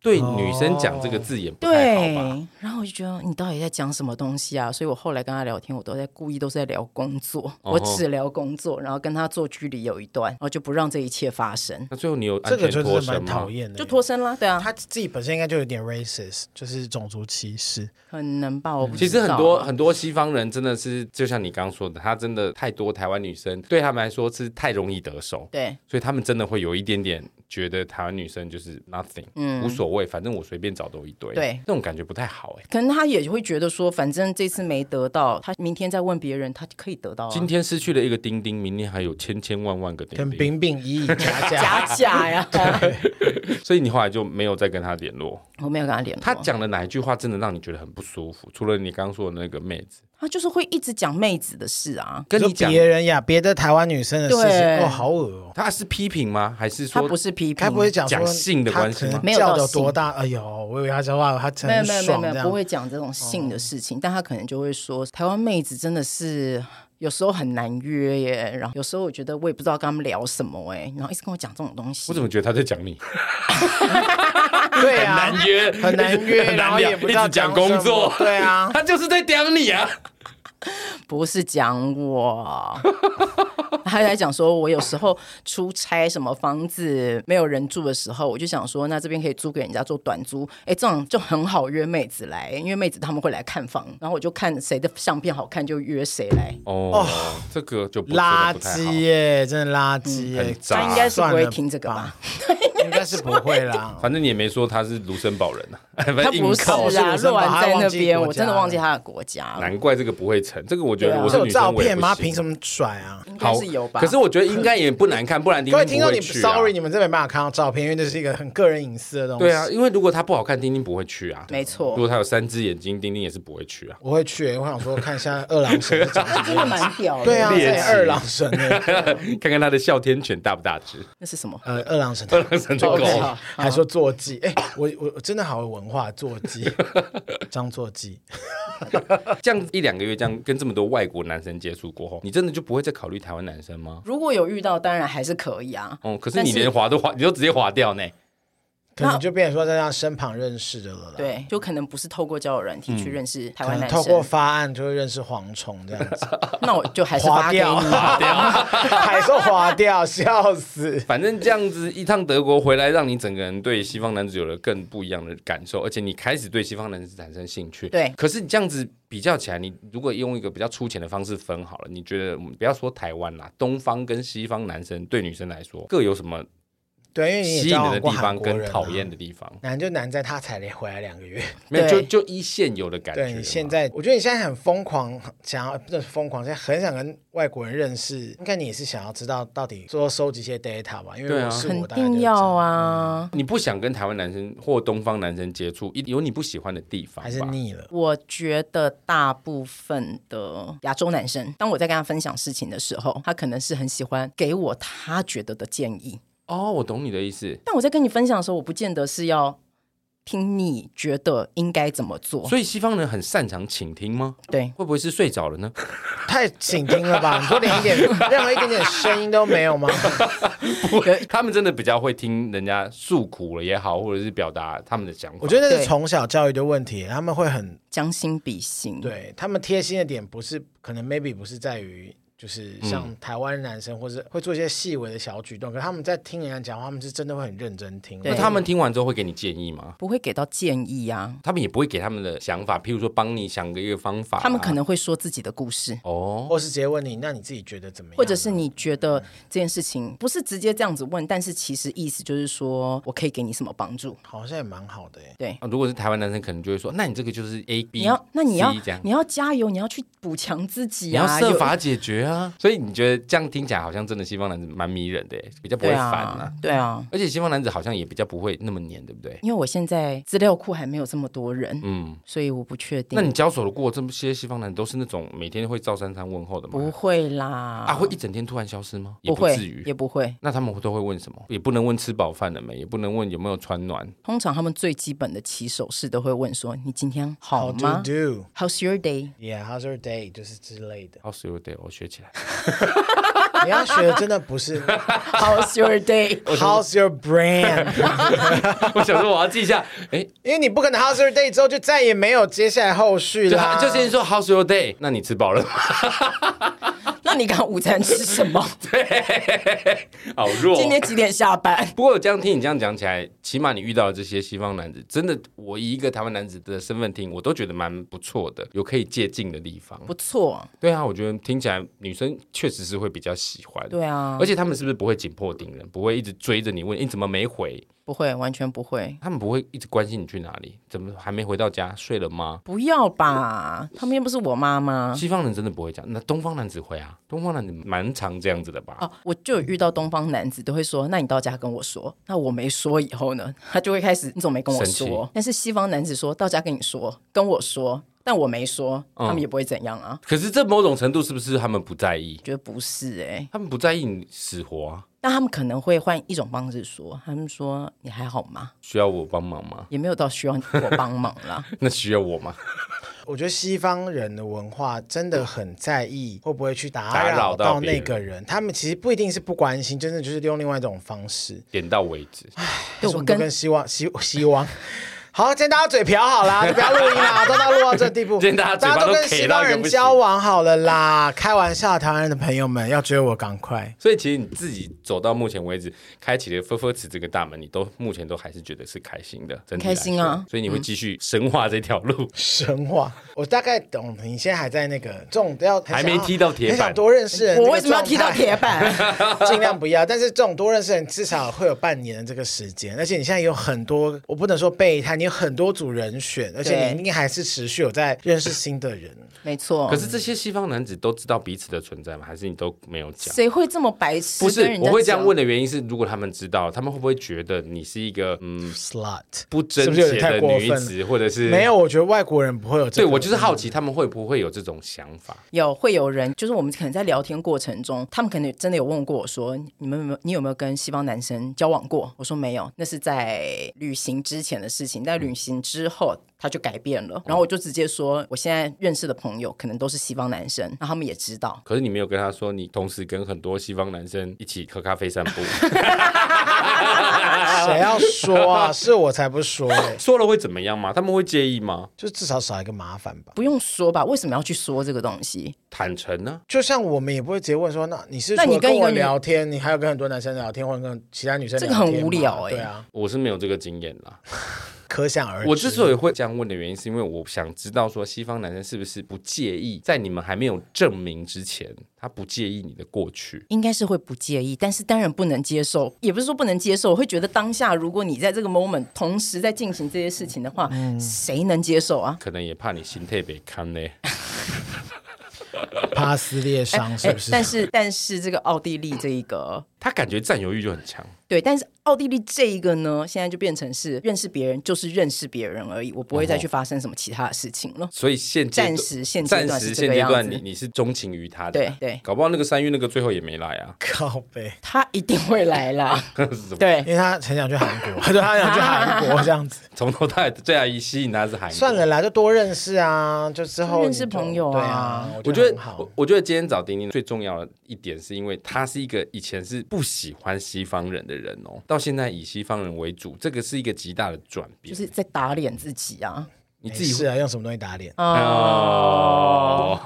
对哦女生讲这个字眼不太好对吧？，然后我就觉得你到底在讲什么东西啊？所以我后来跟他聊天，我都在故意都是在聊工作，哦吼我只聊工作，然后跟他做距离有一段，然后就不让这一切发生，那最后你有安这个全就脱是身蛮吗讨？厌的，就脱身啦。对啊，他自己本身应该就有点 racist，就是种族歧视。可能吧，我不嗯其知道啊实很多很多西方人真的是，就像你刚刚说的，他真的太多台湾女生对他们来说是太容易得手，对，所以他们真的会有一点点觉得台湾女生就是 nothing，无嗯所谓，反正我随便找都一堆，对那种感觉不太好哎、可能他也会觉得说，反正这次没得到，他明天再问别人，他可以得哦到、啊。今天失去了一个丁丁，明天还有千千万万个跟丁丁， [LAUGHS] 啊饼饼、乙乙、甲 [LAUGHS] 甲，假假呀，所以你后来就没有再跟他联络。我没有跟他联络。他讲的哪一句话真的让你觉得很不舒服？除了你刚刚说的那个妹子，他就是会一直讲妹子的事啊，跟你说讲，别人呀，别的台湾女生的事情，对哦，好恶哦。他是批评吗？还是他说不是批评，该不会讲讲说性的他关系可能吗没有叫到的性多大？哎呦，我以为他讲话，他真没有的没有很没有爽没这有样。哦不会讲这种性的事情，但他可能就会说，台湾妹子真的是有时候很难约耶，然后有时候我觉得我也不知道跟他们聊什么哎，然后一直跟我讲这种东西我怎。么觉得他在讲你？ [LAUGHS] 对很啊，难约，很难 [LAUGHS] 约，很然难后聊，也不知道一直讲什么工作，对啊， [LAUGHS] 他就是在刁你啊。不是讲我， [LAUGHS] 他还讲说，我有时候出差什么房子没有人住的时候，我就想说，那这边可以租给人家做短租，哎，这种就很好约妹子来，因为妹子他们会来看房，然后我就看谁的相片好看就约谁来。哦，这个就不垃真的不太好嗯圾耶，真的垃圾耶很，他渣应该是不算了会听这个吧？？应该是不会啦。反正你也没说他是卢森堡人啊， [LAUGHS] 反他正硬不是靠我。是啊，卢森堡若安在他忘那边，记国家我真的忘记他的国家了，难怪这个不会成，这个我觉得对啊我这是有女生，照我也 [LAUGHS] 片不吗？行凭什么甩啊？应该好是有吧？可是我觉得应该也不难看，不然丁各位丁听不众，你会去、啊。 sorry，你们这没办法看到照片，因为这是一个很个人隐私的东西。对啊，，因为如果他不好看，丁丁不会去啊。没错如果他有三只眼睛，丁丁也是不会去啊。我会去，我想说看一下二郎神是 [LAUGHS] 长什么样真 [LAUGHS] 的蛮屌的。对啊，猎奇这二郎神耶， [LAUGHS] 看看他的哮天犬大不大只， [LAUGHS] 那是什么？呃，二郎神，二郎神的狗哦 OK，好哦 [LAUGHS] 还说坐骑，哎，我我我真的好有文化，坐骑，张坐骑，这样一两个月，这样跟这么多外国男生接触过后，你真的就不会再考虑台湾男生吗？如果有遇到，当然还是可以啊。哦、可是但你是连划都划，你就直接划掉呢。可能就变成说在他身旁认识的了啦。，对，就可能不是透过交友软体去认识嗯台可湾能男透过生，发案就会认识蝗虫这样子，那我就还是划发给掉，啊你。啊划掉，还说划掉，笑死。反正这样子一趟德国回来，让你整个人对西方男子有了更不一样的感受，而且你开始对西方男子产生兴趣。对可是你这样子比较起来，你如果用一个比较粗浅的方式分好了，你觉得我们不要说台湾啦，东方跟西方男生对女生来说各有什么对，因为你也吸交引往人的过地韩方国跟人啊讨厌的地方？难就难在他才回来两个月，没有，就对就一现有的感觉嘛。对你现在，我觉得你现在很疯狂，想要不是疯狂，现在很想跟外国人认识，应该你也是想要知道到底说收集一些 data 吧，因对为啊我是 [LAUGHS] 肯我大概就嗯定是这样要，啊！你不想跟台湾男生或东方男生接触，一有你不喜欢的地方吧，还是腻了。我觉得大部分的亚洲男生，当我在跟他分享事情的时候，他可能是很喜欢给我他觉得的建议，哦，我懂你的意思。但我在跟你分享的时候，我不见得是要听你觉得应该怎么做。所以西方人很擅长倾听吗？对，会不会是睡着了呢？太请听了 [LAUGHS] 吧？你说连一点任何一点点声音都没有吗？他们真的比较会听人家诉苦了也好，或者是表达他们的想法。我觉得那是对从小教育的问题，他们会很将心比心。。对他们贴心的点不是，可能 maybe 不是在于。就是嗯像台湾男生，或是会做一些细微的小举动，可他们在听人家讲话，他们是真的会很认真听。那他们听完之后会给你建议吗？不会给到建议啊，他们也不会给他们的想法，譬如说帮你想个一个方法啊、他们可能会说自己的故事，哦，或是直接问你，那你自己觉得怎么样？或者是你觉得这件事情不是直接这样子问，但是其实意思就是说我可以给你什么帮助。好像也蛮好的欸耶。对，啊如果是台湾男生，可能就会说，那你这个就是 A B，你要那你要 C 这样你。要加油，你要去补强自己你要啊，设有法解决啊，所以你觉得这样听起来好像真的西方男子蛮迷人的耶，比较不会对烦啊啊。，对啊。而且西方男子好像也比较不会那么黏，对不对？因为我现在资料库还没有这么多人，嗯，所以我不确定。那你交手的过这么些西方男子，都是那种每天会照三餐问候的吗？不会啦？啊，会一整天突然消失吗？也不会至于，也不会。那他们都会问什么？也不能问吃饱饭了没，也不能问有没有穿暖。。通常他们最基本的起手式都会问说：“你今天好 How to 吗 do? ？How's your day？” Yeah, how's your day？就是之类的 How's your day？我学起来。 [LAUGHS] 你要学的真的不 [LAUGHS] 是 [LAUGHS] How's your day？ How's your brand，我想说我要记一下，哎，因为你不可能 How's your day 之后就再也没有接下来后续就啦。他就先说 How's your day？那你吃饱了吗？ [LAUGHS] [LAUGHS] 那你刚刚午餐吃什 [LAUGHS] 么？好弱。哦今天几点下班？不过我这样听你这样讲起来，起码你遇到的这些西方男子，真的，我以一个台湾男子的身份听，我都觉得蛮不错的，有可以借鉴的地方。不错，对啊，我觉得听起来女生确实是会比较喜欢。对啊而，且他们是不是不会紧迫盯人，不会一直追着你问，你怎么没回？不会，完全不会。他们不会一直关心你去哪里，怎么还没回到家，睡了吗？不要吧，他们又不是我妈妈。西方人真的不会讲，那东方男子会啊，东方男子蛮常这样子的吧？哦，我就有遇到东方男子都会说，那你到家跟我说，那我没说以后呢，他就会开始你怎么没跟我生气说？但是西方男子说到家跟你说，跟我说，但我没说，他们也不会怎样啊。可是这某种程度是不是他们不在意？觉得不是哎、他们不在意你死活啊？但他们可能会换一种方式说，他们说你还好吗？需要我帮忙吗？ [LAUGHS] 也没有到需要我帮忙啦。那需要我吗？我觉得西方人的文化真的很在意会不会去打打扰扰到到别那人个人，他们其实不一定是不关心，真的就是用另外一种方式。点到为止。对我我们都跟跟希望希希望。好，今天大家嘴瓢好啦，就不要录音啦，都到录到这地步， [LAUGHS] 今天大家嘴巴大家都都跟撇西到方一个人不行交往好了啦。开玩笑，台湾人的朋友们要追我，赶快。所以其实你自己走到目前为止，开启了“分分池”这个大门，你都目前都还是觉得是开心的，真开心啊嗯所以你会继续深化这条路。神话，我大概懂。你现在还在那个这种要很想还没踢到铁板很想多认识人。我为什么要提到铁？ [LAUGHS] 板？ [LAUGHS] 尽量不要。但是这种多认识人，至少会有半年的这个时间。而且你现在有很多，我不能说备胎，你有很多组人选，而且对你一定还是持续有在认识新的人。没错，可是这些西方男子都知道彼此的存在吗？还是你都没有讲？谁会这么白痴？不是，我会这样问的。的原因是，如果他们知道，他们会不会觉得你是一个嗯 Slut 不是贞不是有洁点的太过女分了？子，或者是没有，？我觉得外国人不会有这对个。嗯我就是 [LAUGHS] 好奇，他们会不会有这种想法？有会有人，就是我们可能在聊天过程中，他们可能真的有问过我说，你们有没有你有没有跟西方男生交往过？我说没有，那是在旅行之前的事情，在嗯旅行之后他就改变了。然后我就直接说，我现在认识的朋友可能都是西方男生，那他们也知道。可是你没有跟他说，你同时跟很多西方男生一起喝咖啡散步， [LAUGHS] 谁要说啊？ [LAUGHS] 是我才不说、欸，说了会怎么样吗？他们会介意吗？就至少少一个麻烦吧。不用说吧，为什么要去说这个东西？坦诚呢、就像我们也不会直接问说，那你是那除你了跟跟一个我女聊天，你还有跟很多男生聊天，或者跟其他女生这聊个天很嘛无聊欸对啊，我是没有这个经验啦。可想而知。 [LAUGHS] 我之所以会这样问的原因，是因为我想知道说西方男生是不是不介意，在你们还没有证明之前，他不介意你的过去。应该是会不介意，但是当然不能接受，也不是说不能接受，我会觉得当下如果你在这个 moment 同时在进行这些事情的话，谁能接受啊？可能也怕你心态被看呢。怕撕裂伤，是不是？哎但是但是这个奥地利这一个。他感觉占有欲就很强，对，但是奥地利这一个呢，现在就变成是认识别人就是认识别人而已，我不会再去发生什么其他的事情了。所以现阶段暂时现阶段暂时是现这个阶样段子你你是钟情于他的，对对搞不好那个三月那个最后也没来啊， [LAUGHS] 靠背。他一定会来啦，是什么对因，为他很想去韩 [LAUGHS] 国，对，他想去韩国这样子。从头到尾最爱吸引他是韩国。 [LAUGHS] 算了啦，就多认识啊，就之后就认识你就朋友啊对啊，我我觉觉得得很好我。我觉得今天找丁丁最重要的一点，是因为他是一个以前是不喜欢西方人的人哦，到现在以西方人为主，这个是一个极大的转变。就是在打脸自己啊。你没自己事会啊，用什么东西 [LAUGHS] 打脸？哦，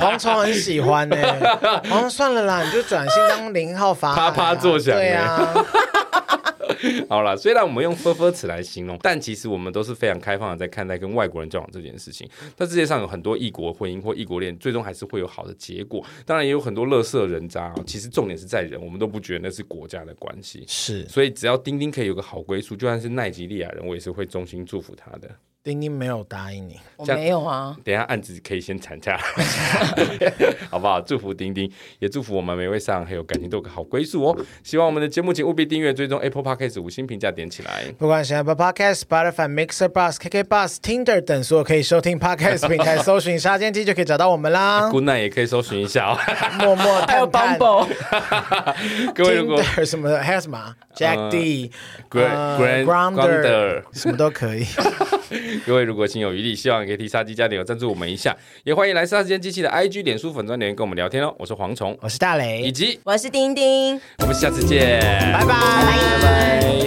蝗虫很喜欢 [LAUGHS] 呢、蝗虫算了啦，你就转型当零号法、啊，啪啪作响对 [LAUGHS] 啊，好啦，虽然我们用“分分词”来形容，但其实我们都是非常开放的在看待跟外国人交往这件事情。但世界上有很多异国婚姻或异国恋，最终还是会有好的结果。当然也有很多乐色人渣、哦，其实重点是在人，我们都不觉得那是国家的关系。是所以只要丁丁可以有个好归宿，就算是奈及利亚人，我也是会衷心祝福他的。丁丁没有答应你，我这样没有啊，等一下案子可以先缠下， [LAUGHS] 好不好？祝福丁丁，也祝福我们每位上还有感情都有个好归宿哦。希望我们的节目请务必订阅、追踪 Apple Podcast 五星评价点起来。不管是 Apple Podcast、Spotify、Mixer、Bus、KK Bus、Tinder 等所有可以收听 Podcast 平台，搜寻“杀奸机”就可以找到我们 [LAUGHS] 啦。 Good night 也可以搜寻一 [LAUGHS] 下哦。默默还有探探 Bumble，各位如果 Tinder 什么的，还有什么啊 Jack D、 Grand- 呃 Grand- Grindr Grindr 什么都可以。各位如果心有余力，希望也可以替杀鸡加点油赞助我们一下，也欢迎来杀鸡间机器的 IG、脸书粉专留言跟我们聊天哦。我是蝗虫，我是大雷以，及我是丁丁。我们下次见，哎拜拜。拜拜